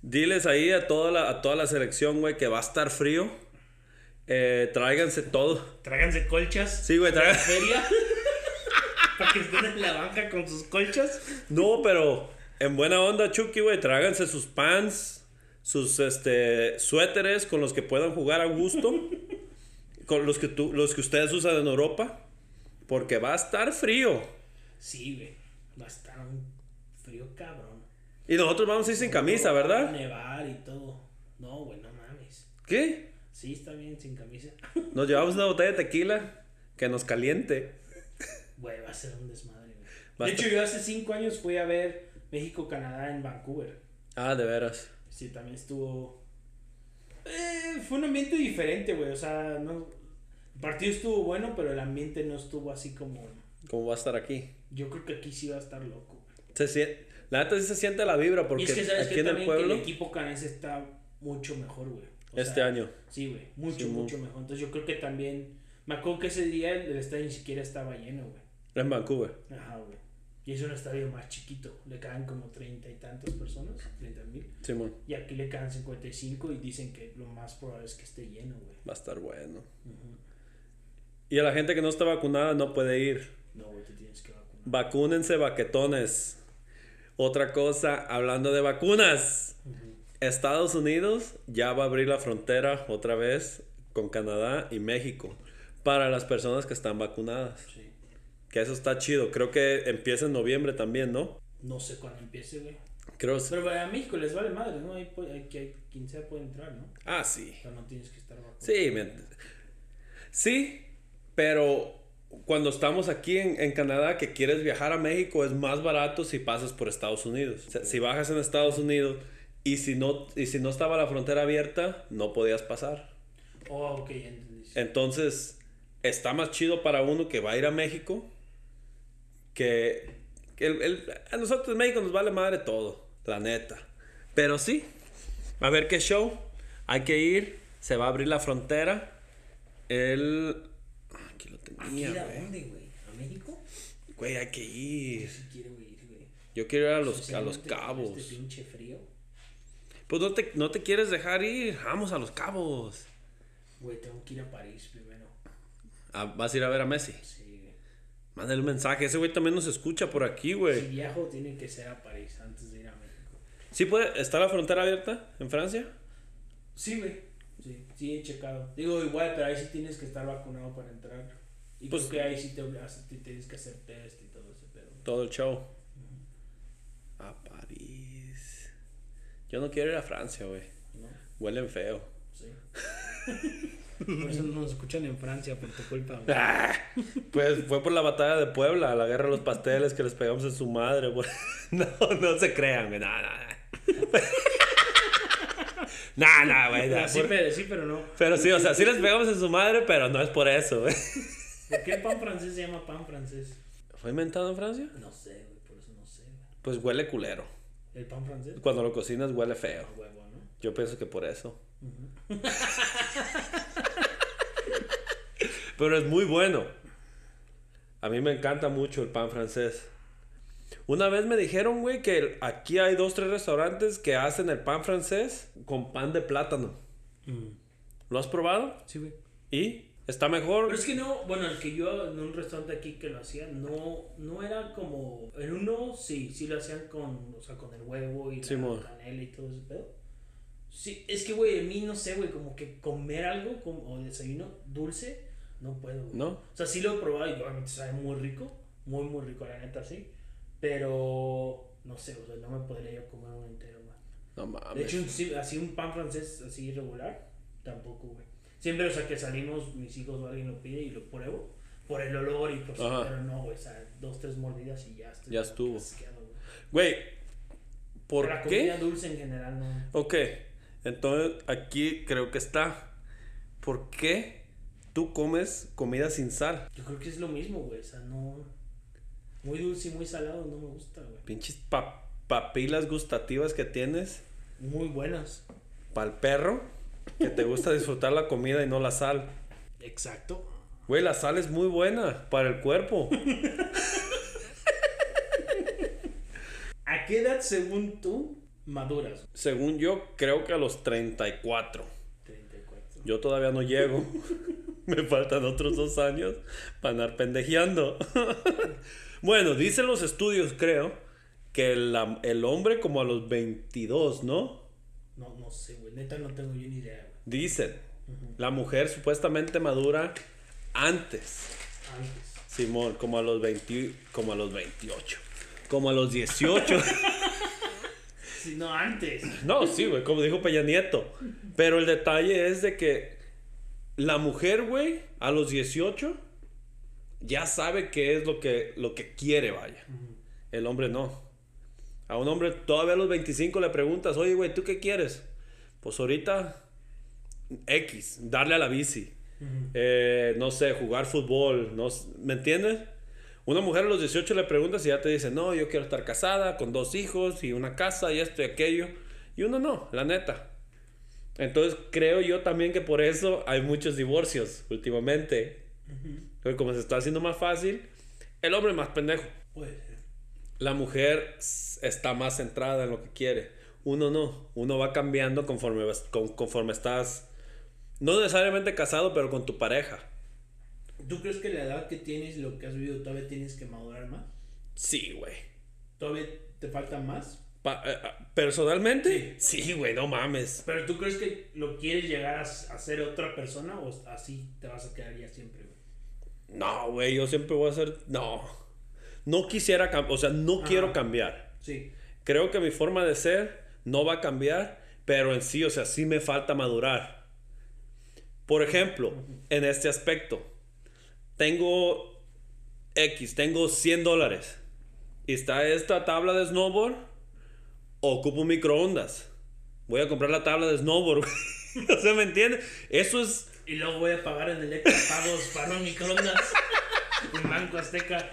diles ahí a toda la, a toda la selección, güey, que va a estar frío. Eh, tráiganse todo. Tráiganse colchas. Sí, güey, La tráiganse. feria. Para que estén en la banca con sus colchas. No, pero en buena onda, Chucky, güey, tráiganse sus pants, sus este suéteres con los que puedan jugar a gusto, con los que tú, los que ustedes usan en Europa, porque va a estar frío. Sí, güey. Va a estar un frío cabrón. Y nosotros vamos a ir sin camisa, Va a ¿verdad? nevar y todo. No, güey, no mames. ¿Qué? Sí, está bien sin camisa. Nos llevamos una botella de tequila que nos caliente. Güey, va a ser un desmadre, güey. Va a De hecho, yo hace cinco años fui a ver México-Canadá en Vancouver. Ah, de veras. Sí, también estuvo. Eh, fue un ambiente diferente, güey. O sea, no. El partido estuvo bueno, pero el ambiente no estuvo así como. ¿Cómo va a estar aquí? Yo creo que aquí sí va a estar loco. güey. Se sien- La neta sí se siente la vibra porque y es que sabes aquí que en el también que pueblo el equipo canadiense está mucho mejor, güey. O este sea, año. Sí, güey. Mucho, Sí, mu- mucho mejor. Entonces yo creo que también. Me acuerdo que ese día el estadio ni siquiera estaba lleno, güey. En Vancouver. Ajá, güey. Y es un estadio más chiquito. Le caen como treinta y tantas personas, treinta mil. Simón. Y aquí le caen 55 y dicen que lo más probable es que esté lleno, güey. Va a estar bueno. Ujú. Y a la gente que no está vacunada no puede ir. No, güey, te tienes que vacunar. Vacúnense, baquetones. Otra cosa, hablando de vacunas. Estados Unidos ya va a abrir la frontera otra vez con Canadá y México para las personas que están vacunadas. Sí. Que eso está chido. Creo que empieza en noviembre también, ¿no? No sé cuándo empiece, güey. Creo. Pero güey, a México les vale madre, ¿no? Ahí puede- Aquí hay quien sea puede entrar, ¿no? Ah, sí. O sea, no tienes que estar vacunado. Sí, me ent- sí, pero cuando estamos aquí en, en Canadá que quieres viajar a México es más barato si pasas por Estados Unidos. O sea, si bajas en Estados Unidos y si no y si no estaba la frontera abierta no podías pasar. Oh, ok, ya entendí. sí. Entonces, está más chido para uno que va a ir a México que. que el- el- a nosotros en México nos vale madre todo, la neta. Pero sí, a ver qué show. Hay que ir, se va a abrir la frontera. El. Aquí lo ¿Y tenía, a güey. dónde, güey? ¿A México? Güey, hay que ir. Si quiero ir, güey. Yo quiero ir a los, a Especialmente los con Este cabos. pinche frío. Pues no te, no te quieres dejar ir. Vamos a los cabos. Güey, tengo que ir a París primero. Ah, ¿Vas a ir a ver a Messi? Sí, güey. Mándale un mensaje. Ese güey también nos escucha por aquí, güey. Si viajo, tiene que ser a París antes de ir a México. ¿Sí puede? ¿Está la frontera abierta en Francia? Sí, güey. Sí, sí, he checado. Digo, igual, pero ahí sí tienes que estar vacunado para entrar. Y Pues- pues que ahí sí te, obligas- te tienes que hacer test y todo ese pedo. Todo el show. A París. Yo no quiero ir a Francia, güey. ¿No? Huelen feo. Sí. Por eso no nos escuchan en Francia, por tu culpa. güey. Pues fue por la batalla de Puebla, la guerra de los pasteles que les pegamos en su madre. güey. No, no se crean, güey. No, no, no. No, no, güey. no, sí, por- pero, sí, pero no. Pero sí, o sea, sí les pegamos en su madre, pero no es por eso, güey. ¿Por qué el pan francés se llama pan francés? ¿Fue inventado en Francia? No sé, güey, por eso no sé, güey. Pues huele culero. ¿El pan francés? Cuando lo cocinas huele feo. A huevo, ¿no? Yo pienso que por eso. Pero es muy bueno. A mí me encanta mucho el pan francés. Una vez me dijeron, güey, que el- aquí hay dos, tres restaurantes que hacen el pan francés con pan de plátano. ¿Lo has probado? Sí, güey. ¿Y? ¿Está Pero mejor? es que no, bueno, el que yo en un restaurante aquí que lo hacía, no, no era como. En uno sí, sí lo hacían con, o sea, con el huevo y Sí, mo. la canela y todo ese pedo. Sí, es que, güey, a mí no sé, güey, como que comer algo como, o desayuno dulce, no puedo, güey. ¿No? O sea, sí lo he probado y obviamente sabe muy rico, muy, muy rico, la neta, sí. Pero, no sé, o sea, no me podría yo comer uno entero, güey. No De mames. hecho, un- sí, así un pan francés así regular, tampoco, güey. Siempre, o sea, que salimos, mis hijos o alguien lo pide y lo pruebo por el olor y por su- Ajá. pero no, güey, o sea, dos, tres mordidas y ya estoy Ya como estuvo. casqueado, güey. Güey, ¿por Pero la qué? comida dulce en general no. Ok, entonces aquí creo que está. ¿Por qué tú comes comida sin sal? Yo creo que es lo mismo, güey, o sea, no. Muy dulce y muy salado no me gusta, güey. Pinches pa- papilas gustativas que tienes Muy buenas. para el perro que te gusta disfrutar la comida y no la sal. Exacto. Güey, la sal es muy buena para el cuerpo. ¿A qué edad, según tú, maduras? Según yo, creo que a los 34. 34. Yo todavía no llego. Me faltan otros dos años para andar pendejeando. bueno, dicen los estudios, creo, que la- el hombre como a los 22, ¿no? No, no sé, güey, neta no tengo yo ni idea, güey. Dicen. La mujer supuestamente madura antes, Antes. Simón, como a los 20 como a los 28. Como a los 18. Sí, no, antes. No, sí, güey, como dijo Peña Nieto. Pero el detalle es de que la mujer, güey, a los 18 ya sabe qué es lo que, lo que quiere, vaya. El hombre no. A un hombre todavía a los 25 le preguntas, oye, güey, ¿tú qué quieres? Pues ahorita X, darle a la bici. Eh, no sé, jugar fútbol, no, s- ¿me entiendes? Una mujer a los 18 le preguntas y ya te dice, no, yo quiero estar casada, con dos hijos y una casa y esto y aquello. Y uno no, la neta. Entonces creo yo también que por eso hay muchos divorcios últimamente. Porque como se está haciendo más fácil, el hombre es más pendejo. Puede ser. La mujer s- está más centrada en lo que quiere. Uno no, uno va cambiando conforme, vas- con- conforme estás, no necesariamente casado, pero con tu pareja. ¿Tú crees que la edad que tienes, lo que has vivido, todavía tienes que madurar más? Sí, güey. ¿Todavía te falta más? Pa- eh, eh, ¿Personalmente? Sí, güey, no mames. ¿Pero tú crees que lo quieres llegar a, s- a ser otra persona o así te vas a quedar ya siempre? güey? No, güey, yo siempre voy a ser... No. No quisiera cambiar, o sea, no Ajá. quiero cambiar. Sí. Creo que mi forma de ser no va a cambiar, pero en sí, o sea, sí me falta madurar. Por ejemplo, en este aspecto, tengo X, tengo 100 dólares. Y está esta tabla de snowboard, ocupo un microondas. Voy a comprar la tabla de snowboard. güey. o sea, ¿me entiendes? Eso es Y luego voy a pagar en Electra pagos para un microondas. en Banco Azteca.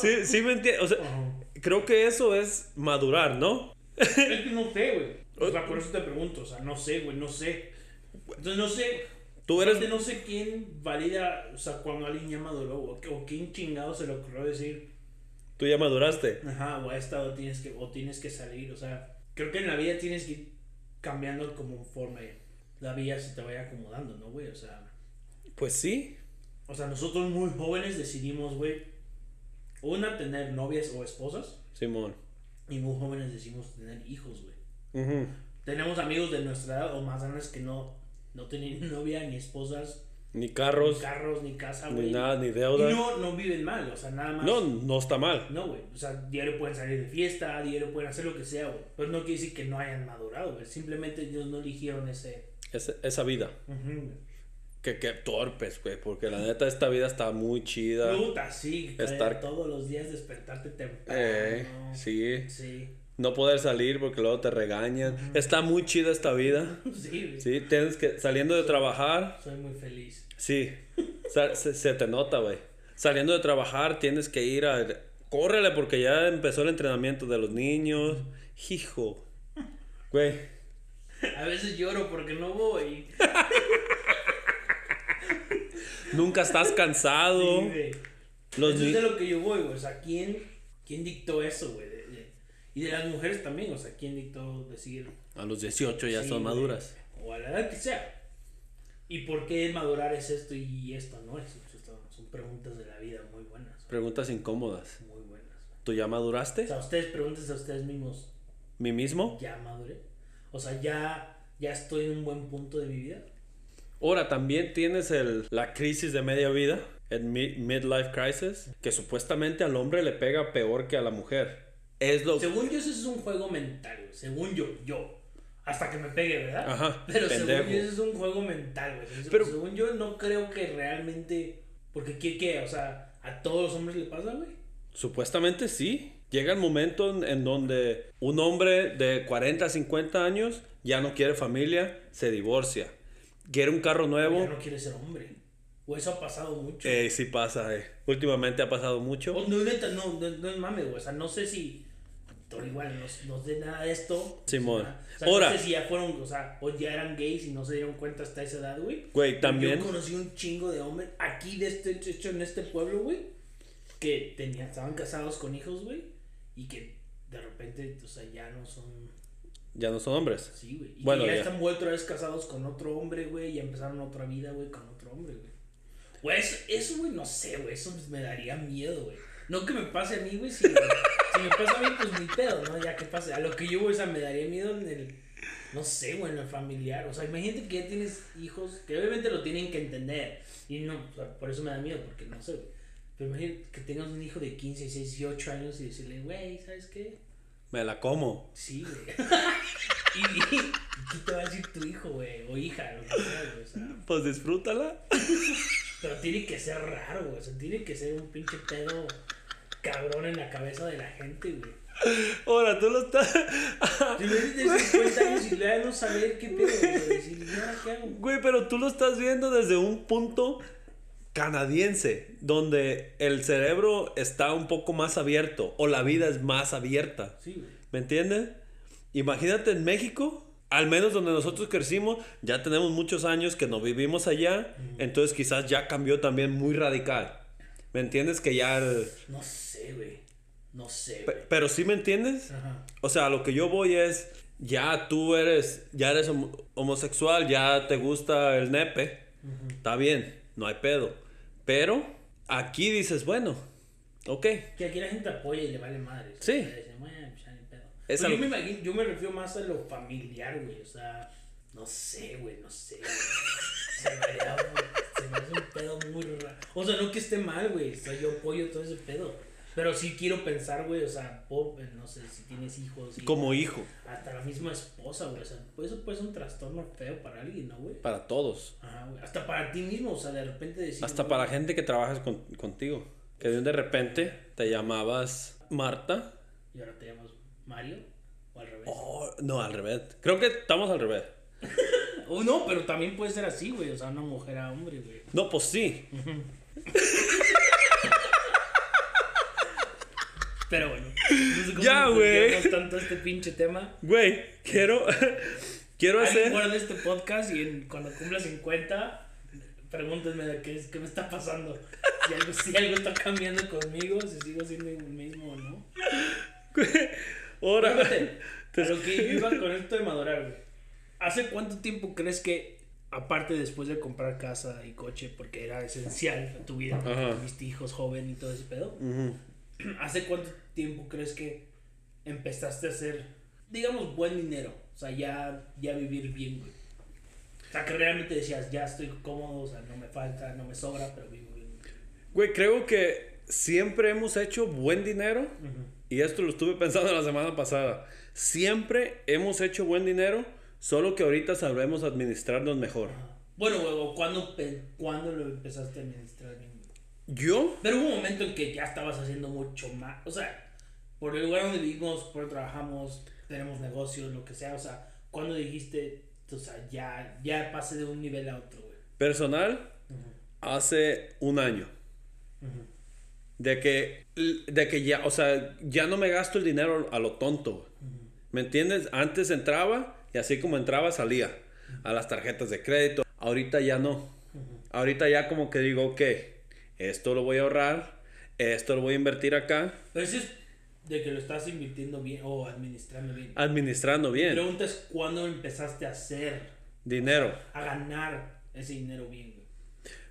Sí, sí me entiendes. O sea, Ajá. creo que eso es madurar, ¿no? Es que no sé, güey. O sea, por eso te pregunto. O sea, no sé, güey, no sé. Entonces no sé. Tú eres- Aparte, No sé quién valida, o sea, cuando alguien ya maduró, o, o quién chingado se le ocurrió decir, Tú ya maduraste. ajá, o a esta o tienes que, o tienes que salir. O sea, creo que en la vida tienes que ir cambiando conforme la vida se te vaya acomodando, ¿no, güey? O sea, Pues sí. O sea, nosotros muy jóvenes decidimos, güey, una, tener novias o esposas, Simón. y muy jóvenes decidimos tener hijos, güey. Ujú. Tenemos amigos de nuestra edad o más grandes que no, no tienen novia, ni esposas, Ni ni carros, carros, ni casa, ni güey. nada, ni Y deuda. no, no viven mal, o sea, nada más. No, no está mal. No, güey. O sea, diario pueden salir de fiesta, diario pueden hacer lo que sea, güey. Pero no quiere decir que no hayan madurado, güey. Simplemente ellos no eligieron ese. Esa- esa vida. Que, que torpes, güey. Porque la neta, esta vida está muy chida. Puta, sí. caer Estar- Todos los días despertarte temprano. Eh, sí. Sí. No poder salir porque luego te regañan. Está muy chida esta vida. Sí, güey. Sí, tienes que. Saliendo de trabajar. Soy muy feliz. Sí. Sa- Se, se te nota, güey. Saliendo de trabajar tienes que ir a. Córrele porque ya empezó el entrenamiento de los niños. Hijo. Güey. A veces lloro porque no voy. Nunca estás cansado. Entonces Los ni- de lo que yo voy, güey. O sea, ¿quién, quién dictó eso, güey? De- de- y de las mujeres también, o sea, ¿quién dictó decir. A los 18 ya sí, son güey? maduras. O a la edad que sea. ¿Y por qué madurar es esto y esto no es? Eso está- son preguntas de la vida muy buenas. Preguntas incómodas. Muy buenas. ¿Tú ya O maduraste? sea, ustedes pregúntense a ustedes mismos, ¿Mi mismo? ¿ya maduré? O sea, ¿ya, ya estoy en un buen punto de mi vida? Ahora, también tienes el, la crisis de media vida, el mi- midlife crisis, que supuestamente al hombre le pega peor que a la mujer. Es lo Según yo, eso es un juego mental, güey. Según yo, yo. Hasta que me pegue, ¿verdad? Ajá, Pero pendejo. según yo, eso es un juego mental, güey. Según- Pero- según yo, no creo que realmente. Porque, ¿qué, qué? O sea, ¿a todos los hombres le pasa, güey? Supuestamente sí. Llega el momento en, en donde un hombre de 40, 50 años ya no quiere familia, se divorcia. Quiere un carro Ya nuevo. no quiere ser hombre. O eso ha pasado mucho. Eh, sí pasa, eh. Últimamente ha pasado mucho. O no, neta, no, no, no es mames, güey. O sea, no sé si. Pero igual, no, no sé nada de esto. Simón. O sea, no Ahora. sé si ya fueron, o sea, o ya eran gays y no se dieron cuenta hasta esa edad, güey. Güey, también. Yo conocí un chingo de hombres aquí de este de hecho en este pueblo, güey, que tenían, estaban casados con hijos, güey, y que de repente, o sea, ya no son Ya no son hombres. así, güey. Y Bueno, que ya, ya. están vuelto otra vez casados con otro hombre, güey, y empezaron otra vida, güey, con otro hombre, güey. Güey, eso- eso, güey, no sé, güey, eso me daría miedo, güey. No que me pase a mí, güey, si, si me pasa a mí, pues ni pedo, ¿no? Ya que pase. A lo que yo, güey, o sea, me daría miedo en el, no sé, güey, en el familiar. O sea, imagínate que ya tienes hijos que obviamente lo tienen que entender. Y no, o sea, por eso me da miedo, porque no sé, güey. Pero imagínate que tengas un hijo de 15, 18 años y decirle, güey, ¿sabes qué? Me la como. Sí, güey. ¿Y, y- qué te va a decir tu hijo, güey? O hija, lo que sea, güey. O sea, Pues disfrútala. pero tiene que ser raro, güey. O sea, tiene que ser un pinche pedo cabrón en la cabeza de la gente, güey. Ahora, tú lo estás. Yo me de 50 años y le dan no saber qué pedo, güey. Decir, ¿y ahora qué hago? Güey, pero tú lo estás viendo desde un punto canadiense, donde el cerebro está un poco más abierto o la vida es más abierta. Sí, güey. ¿Me entiendes? Imagínate en México, al menos donde nosotros crecimos, ya tenemos muchos años que no vivimos allá, entonces quizás ya cambió también muy radical. ¿Me entiendes? Que ya... el- No sé, güey. No sé, pe- güey. Pero sí me entiendes? Ajá. O sea, a lo que yo voy es, ya tú eres, ya eres homo- homosexual, ya te gusta el nepe, está bien, no hay pedo. Pero aquí dices, bueno, ok, Que aquí la gente apoya y le vale madre. Sí. O sea, dicen, "Bueno, pues ya ni pedo". Pero Es yo, algo- me imagino, yo me refiero más a lo familiar, güey. O sea, no sé, güey, no sé. güey. Se me, haría un- se me hace un pedo muy raro. O sea, no que esté mal, güey. O sea, yo apoyo todo ese pedo. Pero sí quiero pensar, güey, o sea, pop, no sé, si tienes hijos. y como hijo, Hasta la misma esposa, güey. O sea, pues eso puede ser un trastorno feo para alguien, ¿no, güey? para todos. Ajá, güey. Hasta para ti mismo, o sea, de repente decir. Hasta "No, para gente que trabajas con- contigo. Que de repente te llamabas Marta. Y ahora te llamas Mario. O al revés. Oh, no, al revés. Creo que estamos al revés. Oh, no, pero también puede ser así, güey. O sea, una mujer a hombre, güey. No, pues sí. Pero bueno. No sé cómo Ya, nos güey. desviamos tanto a este pinche tema. Güey, quiero. quiero Alguien hacer. guarda este podcast y en- cuando cumpla 50, pregúntenme de qué, es- qué me está pasando. Si algo, si algo está cambiando conmigo, si sigo siendo el mismo o no. Ahora. Fíjate, a lo que yo iba con esto de madurar, güey. ¿Hace cuánto tiempo crees que, aparte después de comprar casa y coche, porque era esencial a tu vida, Ajá. viste hijos joven y todo ese pedo, Ujú. ¿hace cuánto tiempo crees que empezaste a hacer, digamos, buen dinero? O sea, ya, ya vivir bien, güey. O sea, que realmente decías, ya estoy cómodo, o sea, no me falta, no me sobra, pero vivo bien. Güey, creo que siempre hemos hecho buen dinero. Y esto lo estuve pensando la semana pasada. Siempre hemos hecho buen dinero, solo que ahorita sabemos administrarnos mejor. Bueno, güey, o ¿cuándo, pe- ¿cuándo lo empezaste a administrar bien? güey? Yo, Pero hubo un momento en que ya estabas haciendo mucho más. O sea, por el lugar donde vivimos, por donde trabajamos, tenemos negocios, lo que sea. O sea, cuando dijiste, o sea, ya, ya pasé de un nivel a otro, güey. personal, hace un año. De que, de que ya, o sea, ya no me gasto el dinero a lo tonto. ¿Me entiendes? Antes entraba y así como entraba salía a las tarjetas de crédito. Ahorita ya no. Ahorita ya como que digo, ok, esto lo voy a ahorrar, esto lo voy a invertir acá, Pero eso es de que lo estás invirtiendo bien o administrando bien. administrando La bien. pregunta es cuándo empezaste a hacer, Dinero. a ganar ese dinero bien, güey.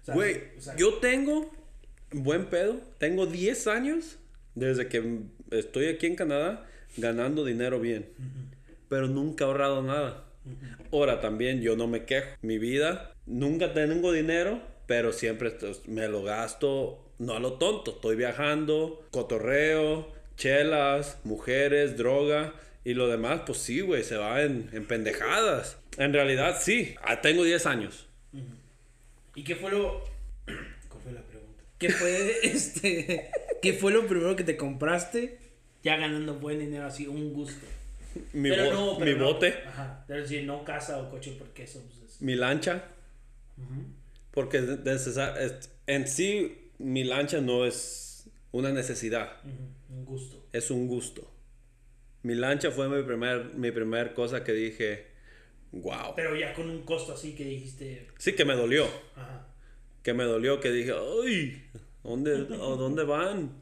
O sea, Güey, o sea, yo tengo buen pedo. Tengo 10 años desde que estoy aquí en Canadá ganando dinero bien. Pero nunca he ahorrado nada. Ahora también yo no me quejo. Mi vida, nunca tengo dinero, pero siempre est- me lo gasto, no a lo tonto. Estoy viajando, cotorreo, chelas, mujeres, droga y lo demás, pues sí, güey, se va en, en pendejadas. En realidad sí, Ah, tengo 10 años. ¿Y qué fue lo. ¿Cuál fue la pregunta? ¿Qué fue este. ¿Qué fue lo primero que te compraste? Ya ganando buen dinero, así, un gusto. Mi, Pero bo- no, pero mi no. bote. Ajá. Pero sí, no casa o coche, porque eso pues, es- mi lancha. Porque es necesa- es- en sí mi lancha no es una necesidad, Ujú, un gusto. es un gusto. Mi lancha fue mi primer, mi primer cosa que dije, wow. Pero ya con un costo así que dijiste. Sí que me dolió, Ajá. que me dolió, que dije, ay, ¿dónde, ¿a dónde van?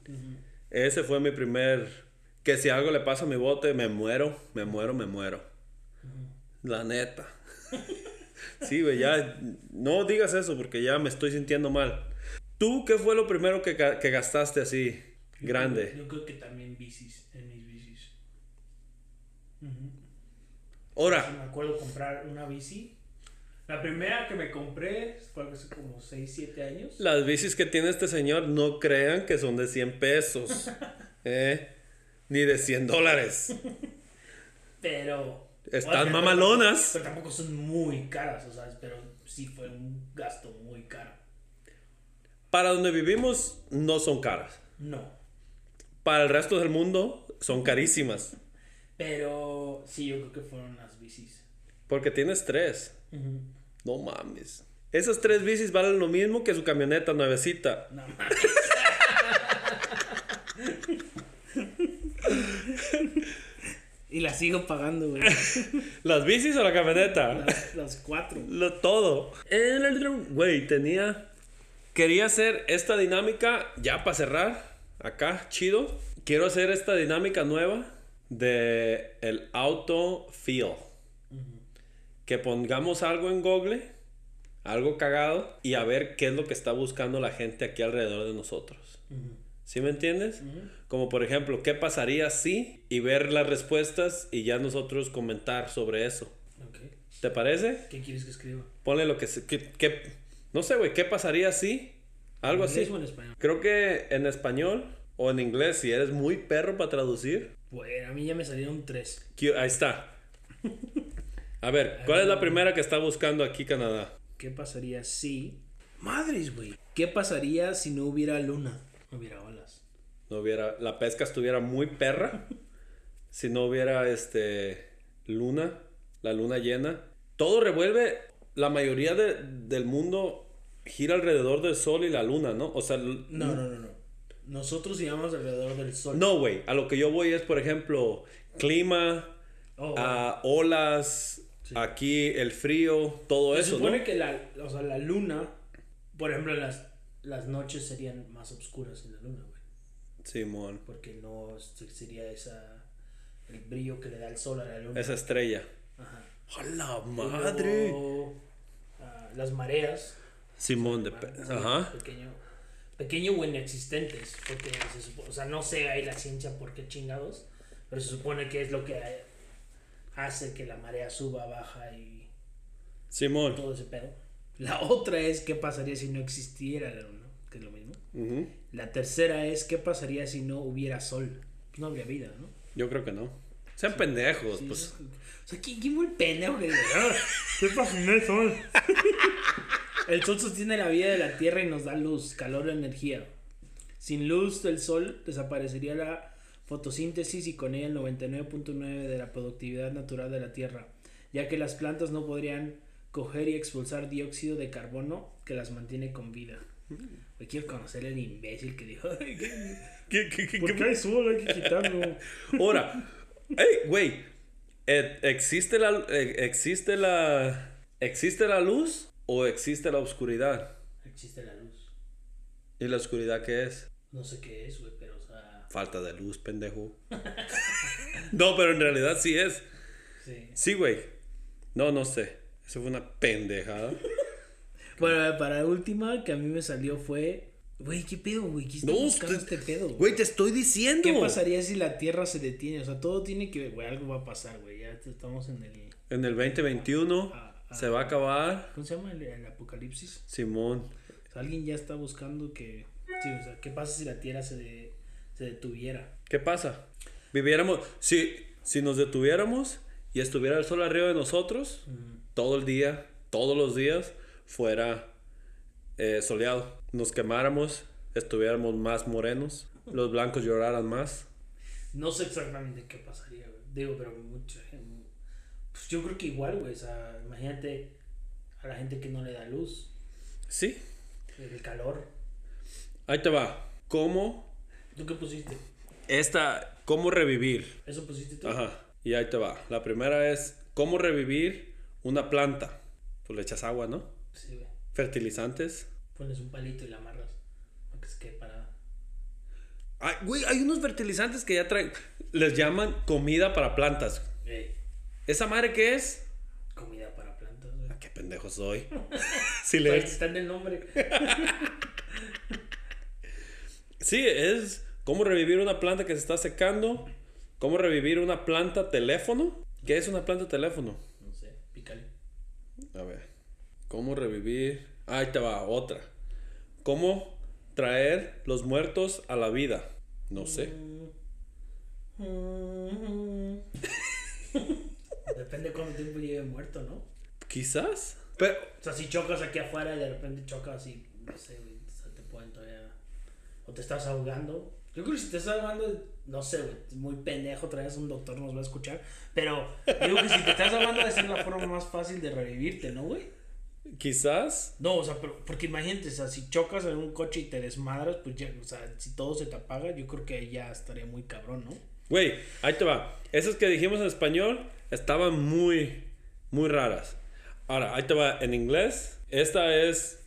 Ese fue mi primer, que si algo le pasa a mi bote, me muero, me muero, me muero. La neta. Sí, güey, ya no digas eso porque ya me estoy sintiendo mal. ¿Tú qué fue lo primero que, ga- que gastaste así Yo creo- grande? Yo creo que también bicis, en mis bicis. Ahora, Ah. Me acuerdo comprar una bici. La primera que me compré fue hace como 6, 7 años. las bicis que tiene este señor no crean que son de 100 pesos, ¿eh? Ni de 100 dólares. Pero. Están Oye, mamalonas. Pero tampoco son muy caras, o sea, pero sí fue un gasto muy caro. Para donde vivimos no son caras. No. Para el resto del mundo son carísimas. Pero sí, yo creo que fueron las bicis. Porque tienes tres. No mames. Esas tres bicis valen lo mismo que su camioneta nuevecita. Nada más. y las sigo pagando, güey. ¿Las bicis o la camioneta? Las, las cuatro. Lo- todo. El- Güey, tenía... Quería hacer esta dinámica ya para cerrar. Acá, chido. Quiero hacer esta dinámica nueva de el auto feel. Que pongamos algo en Google, algo cagado, y a ver qué es lo que está buscando la gente aquí alrededor de nosotros. ¿Sí me entiendes? Como por ejemplo, ¿qué pasaría si? Y ver las respuestas y ya nosotros comentar sobre eso. Ok. ¿Te parece? ¿Qué quieres que escriba? Ponle lo que se. Que, que- no sé, güey, ¿qué pasaría si? Algo ¿En inglés así. o en español? Creo que en español o en inglés, si eres muy perro para traducir. Bueno, a mí ya me salieron tres. que- Ahí está. A ver, ¿cuál es la primera que está buscando aquí Canadá? ¿Qué pasaría si. Madres, güey. ¿Qué pasaría si no hubiera luna? No hubiera olas. No hubiera. La pesca estuviera muy perra. Si no hubiera este. Luna. La luna llena. todo revuelve, la mayoría de- del mundo gira alrededor del sol y la luna, ¿no? O sea, l- No, no, no, no. Nosotros giramos alrededor del sol. no, güey, a lo que yo voy es, por ejemplo, clima, Oh, a olas, aquí el frío, todo se eso, supone ¿no? que la, o sea, la luna, por ejemplo, las, las noches serían más oscuras en la luna, güey. Simón, Porque no se- sería esa el brillo que le da el sol a la luna. esa estrella. Ajá. ¡A la Y madre! luego, ah, las mareas. Simón, de pe- mareas, ajá. Pequeño, pequeño o inexistentes. Porque se supo- o sea, no sé ahí la ciencia por qué chingados. Pero se supone que es lo que eh, hace que la marea suba, baja y Simón. todo ese pedo. La otra es qué pasaría si no existiera la luna, que es lo mismo. Ujú. La tercera es qué pasaría si no hubiera sol. Pues no habría vida, ¿no? Yo creo que no. Sean pendejos, Sí, pues. ¿no? O sea, ¿quién, quién fue el pendejo que dice, "Ah, ¿Qué pasa en el sol? El sol sostiene la vida de la Tierra y nos da luz, calor, energía. Sin luz del sol desaparecería la fotosíntesis y con ella el 99.9 de la productividad natural de la Tierra, ya que las plantas no podrían coger y expulsar dióxido de carbono que las mantiene con vida. Hoy quiero conocer al imbécil que dijo, "Ay, ¿qué- ¿Qué- qué- qué- ¿por qué- qué hay sol? Hay que quitarlo. Ahora, hey, güey, eh, ¿existe la, eh, existe la, existe la luz o existe la oscuridad? Existe la luz. ¿Y la oscuridad qué es? No sé qué es, güey, pero o sea. Falta de luz, pendejo. No, pero en realidad sí es. Sí. Sí, güey. No, no sé. Eso fue una pendejada. Bueno, para la última que a mí me salió fue. Güey, ¿qué pedo, güey? ¿Qué está No, buscando usted- este pedo? güey? te estoy diciendo. ¿Qué pasaría si la Tierra se detiene? O sea, todo tiene que ver, güey, algo va a pasar, güey. Ya te- estamos en el. En el 2021 Ah, ah. se va a acabar. ¿Cómo se llama? El, el apocalipsis. Simón. O sea, alguien ya está buscando que. Sí, o sea, ¿qué pasa si la Tierra se, de- se detuviera? ¿Qué pasa? Viviéramos, si, si nos detuviéramos y estuviera el sol arriba de nosotros, todo el día, todos los días, fuera eh, soleado. Nos quemáramos, estuviéramos más morenos, los blancos lloraran más. No sé exactamente qué pasaría, güey. Digo, pero mucho. Pues yo creo que igual, güey. O sea, imagínate a la gente que no le da luz, Sí, el calor. ahí te va. ¿Cómo ¿Tú qué pusiste? esta, cómo revivir? ¿Eso pues, pusiste tú? Ajá, y ahí te va. La primera es, ¿cómo revivir una planta? Pues le echas agua, ¿no? Sí, güey. Fertilizantes. Pones un palito y la amarras. Para que se quede parada. Ay, güey, hay unos fertilizantes que ya traen. Les llaman comida para plantas. Ey, ¿Esa madre qué es? Eh, Ah, comida para plantas, güey. Qué pendejo soy. sí, Ahí le- está en el nombre. sí, es cómo revivir una planta que se está secando. Cómo revivir una planta teléfono. ¿Qué es una planta teléfono? No sé, pícale. A ver. ¿Cómo revivir? Ah, Ahí te va, otra. ¿Cómo traer los muertos a la vida? No sé. Depende cuánto tiempo lleve muerto, ¿no? Quizás. Pero O sea, si chocas aquí afuera y de repente chocas y no sé, güey, o sea, te pueden todavía. O te estás ahogando. Yo creo que si te estás ahogando, no sé, güey, muy pendejo, otra vez un doctor nos va a escuchar. Pero digo que si te estás ahogando, esa es la forma más fácil de revivirte, ¿no, güey? quizás. No, o sea, pero- porque imagínate, o sea, si chocas en un coche y te desmadras, pues ya, o sea, si todo se te apaga, yo creo que ya estaría muy cabrón, ¿no? Güey, ahí te va. Esas que dijimos en español estaban muy, muy raras. Ahora, ahí te va en inglés. Esta es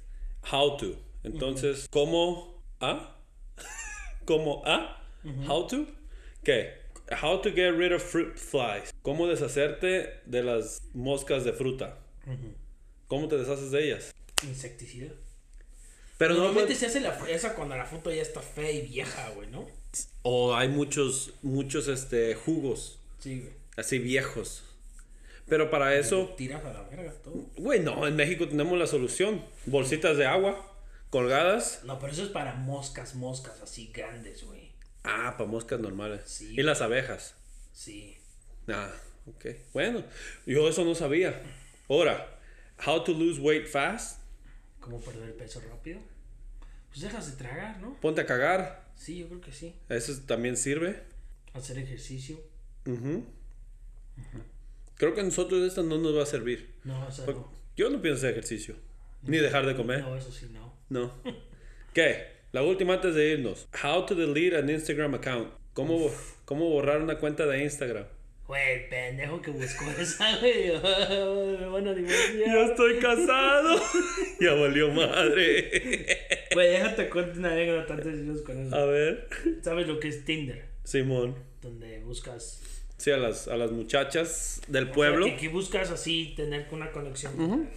how to. Entonces, ¿cómo a? ¿Cómo a? How to? ¿Qué? How to get rid of fruit flies. ¿Cómo deshacerte de las moscas de fruta? ¿Cómo te deshaces de ellas? Insecticida. Pero no Normalmente puede- se hace la fresa cuando la fruta ya está fea y vieja, güey, ¿no? O hay muchos, muchos este, jugos Sí, güey. así viejos. Pero para eso... Tiras a la verga todo. Güey, no, en México tenemos la solución. Bolsitas de agua colgadas. No, pero eso es para moscas, moscas así grandes, güey. Ah, para moscas normales. Sí. Y las abejas. Sí. Ah, ok. Bueno, yo eso no sabía. Ahora, how to lose weight fast. ¿Cómo perder peso rápido? Pues dejas de tragar, ¿no? Ponte a cagar. Sí, yo creo que sí. Eso también sirve. Hacer ejercicio. Ujú. Creo que a nosotros esta no nos va a servir. No, o sea, Porque no. Yo no pienso hacer ejercicio. Ni dejar de comer. No, eso sí, no. No. ¿Qué? La última antes de irnos. How to delete an Instagram account. ¿Cómo, bo- cómo borrar una cuenta de Instagram? Güey, el pendejo que buscó esa, güey. Me van a divorciar. Ya estoy casado. ya valió madre. Güey, déjate cuento una anécdota antes de irnos con eso. A ver. ¿Sabes lo que es Tinder? Simón. Donde buscas. Sí, a las, a las muchachas del o sea, pueblo. que, que buscas así tener una conexión.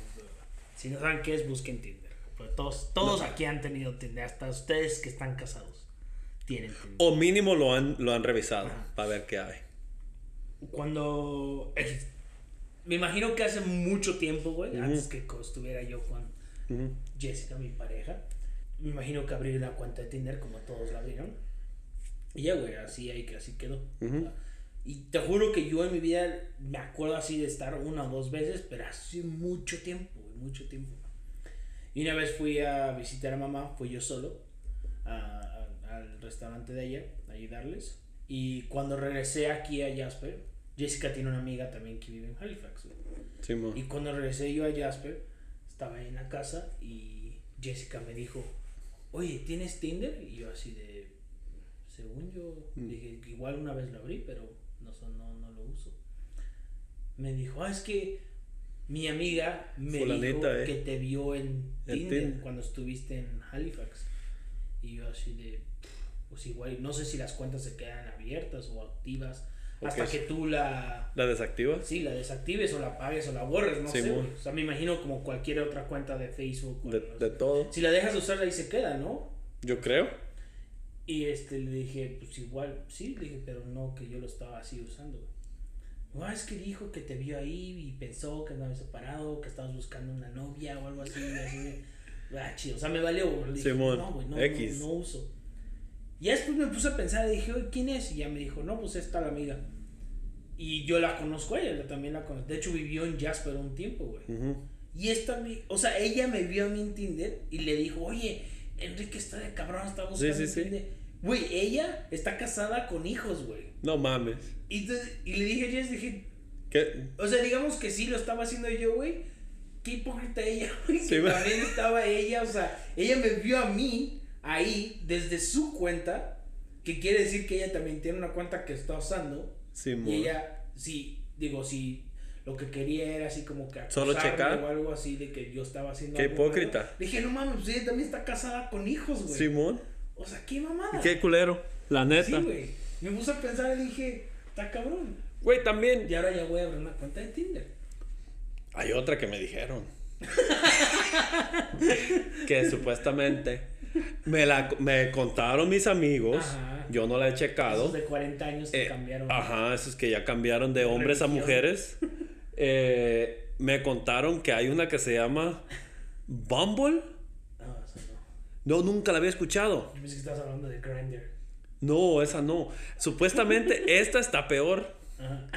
Si no saben qué es, busquen Tinder. Pero todos todos aquí han tenido Tinder. Hasta ustedes que están casados tienen Tinder. O mínimo lo han, lo han revisado para ver qué hay. Cuando. eh, me imagino que hace mucho tiempo, güey, antes que co- estuviera yo con Ujú. Jessica, mi pareja. Me imagino que abrí la cuenta de Tinder como todos la abrieron. Y ya, güey, así ahí que así quedó. Y te juro que yo en mi vida me acuerdo así de estar una o dos veces, pero hace mucho tiempo, güey, mucho tiempo. Y una vez fui a visitar a mamá, fui yo solo a- a- al restaurante de ella a ayudarles. Y cuando regresé aquí a Jasper, Jessica tiene una amiga también que vive en Halifax. güey. Simón. Y cuando regresé yo a Jasper, estaba en la casa y Jessica me dijo, oye, ¿tienes Tinder? Y yo así de, según yo, Mm. dije, igual una vez lo abrí, pero no, sé, no, no lo uso. Me dijo, ah, es que mi amiga me dijo Fulanita, eh. que te vio en En Tinder Tinder. cuando estuviste en Halifax. Y yo así de, pues igual, no sé si las cuentas se quedan abiertas o activas Ok. hasta que tú la... ¿La desactivas? Sí, la desactives o la apagues o la borres, no sé. Simón. güey. O sea, me imagino como cualquier otra cuenta de Facebook. o De, no de sé. todo. Si la dejas de usar, ahí se queda, ¿no? Yo creo. Y este, le dije, pues igual, sí, le dije, pero no, que yo lo estaba así usando. güey. No, es que dijo que te vio ahí y pensó que andabas separado, que estabas buscando una novia o algo así. y así de, ah, chido. O sea, me valió. güey. Le dije, Simón, no, güey, no, X. no, no uso. Y ya después me puse a pensar, dije, "Oye, ¿quién es? Y ya me dijo, no, pues es tal amiga. Y yo la conozco a ella, también la conozco. De hecho, vivió en Jasper un tiempo, güey. Ujú. Y esta, mi- o sea, ella me vio a mí en Tinder y le dijo, oye, Enrique está de cabrón, está buscando sí, en sí. Tinder". Güey, ella está casada con hijos, güey. No mames. Y, entonces- y le dije a Jess, dije, ¿Qué? o sea, digamos que sí lo estaba haciendo yo, güey. Qué hipócrita ella, güey. Sí, que güey. también estaba ella, o sea, ella me vio a mí ahí desde su cuenta, que quiere decir que ella también tiene una cuenta que está usando. Simón. Y ella, sí, digo, sí, lo que quería era así como que Solo acusarme checar. o algo así de que yo estaba haciendo Qué algo malo. hipócrita. Le dije, no mames, pues ella también está casada con hijos, güey. Simón. O sea, qué mamada. Qué culero. La sí, neta. güey. Me puse a pensar y dije, está cabrón. Güey, también. Y ahora ya voy a abrir una cuenta de Tinder. Hay otra que me dijeron. que supuestamente me la me contaron mis amigos. Ajá. Yo no la he Esos checado. de 40 años que Eh, cambiaron. Ajá, esos que ya cambiaron de hombres a Religión. mujeres. Eh, me contaron que hay una que se llama Bumble. Ah, No, eso no. No, nunca la había escuchado. Yo pensé que estabas hablando de Grindr. No, esa no. Supuestamente esta está peor. Ajá.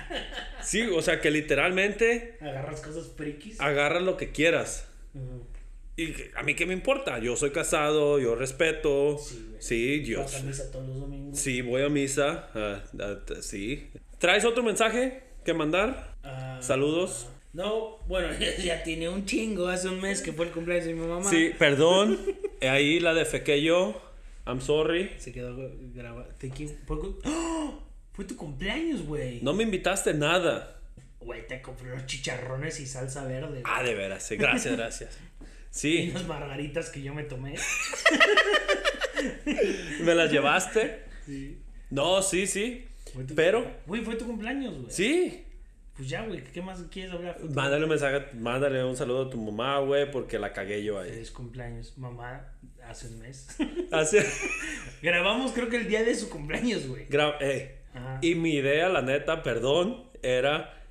Sí, o sea que literalmente Agarras cosas frikis. agarras lo que quieras. Ujú. Y que- a mí qué me importa, yo soy casado, yo respeto. Sí, güey. Sí, yo Vas a misa todos los domingos. sí voy a misa. ah, ah, t- sí. ¿Traes otro mensaje que mandar? Ah, Saludos. No, bueno, ya tiene un chingo. Hace un mes que fue el cumpleaños de mi mamá. Sí, perdón. eh, Ahí la defequé yo. I'm sorry. Se quedó grabado. Te qui- fue cu- ¡Oh! Fue tu cumpleaños, güey. No me invitaste nada. Güey, te compré unos chicharrones y salsa verde. güey. Ah, de veras. sí, Gracias, gracias. Y Sí, unas margaritas que yo me tomé. me las llevaste. Sí. No, sí, sí. Fue tu- Pero, Güey, fue tu cumpleaños, güey. sí. Pues ya, güey, ¿qué más quieres hablar? Fue tu- Mándale un mensaje, mándale un saludo a tu mamá, güey, porque la cagué yo ahí. Feliz cumpleaños, mamá, hace un mes. Así. Grabamos, creo que el día de su cumpleaños, güey. Gra- eh, Ajá. Y mi idea, la neta, perdón, era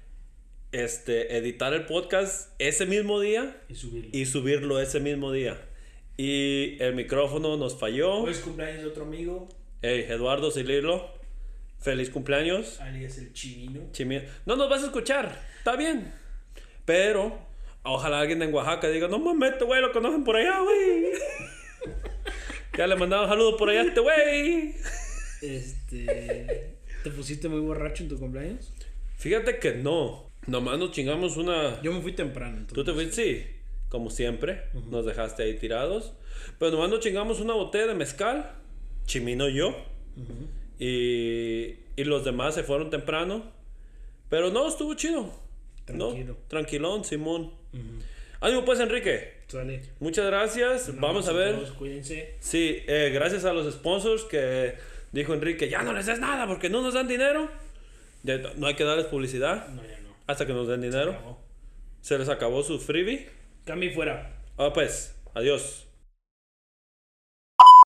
este, editar el podcast ese mismo día Y subirlo. y subirlo ese mismo día. Y el micrófono nos falló. Hoy es cumpleaños de otro amigo, Hey, Eduardo Silirlo, feliz cumpleaños. alias el chivino. Chimi- No nos vas a escuchar, está bien. Pero ojalá alguien en Oaxaca diga, no mames, este güey lo conocen por allá, güey. ya le mandaron saludos por allá a este güey. Este. ¿Te pusiste muy borracho en tu cumpleaños? Fíjate que no. Nomás nos chingamos una. Yo me fui temprano. entonces. Tú te fuiste, sí, como siempre. Nos dejaste ahí tirados. Pero nomás nos chingamos una botella de mezcal. Chimino y yo. y, y los demás se fueron temprano. Pero no, estuvo chido. ¿no? Tranquilo. Tranquilón, Simón. Ánimo pues, Enrique. Sale. Muchas gracias. Vamos a ver. Todos cuídense. Sí, eh, gracias a los sponsors que dijo Enrique, ya no les des nada porque no nos dan dinero. Ya no- no hay que darles publicidad No, ya no. hasta que nos den dinero. Acabó. Se les acabó su freebie. Cami fuera. Ah, pues, adiós.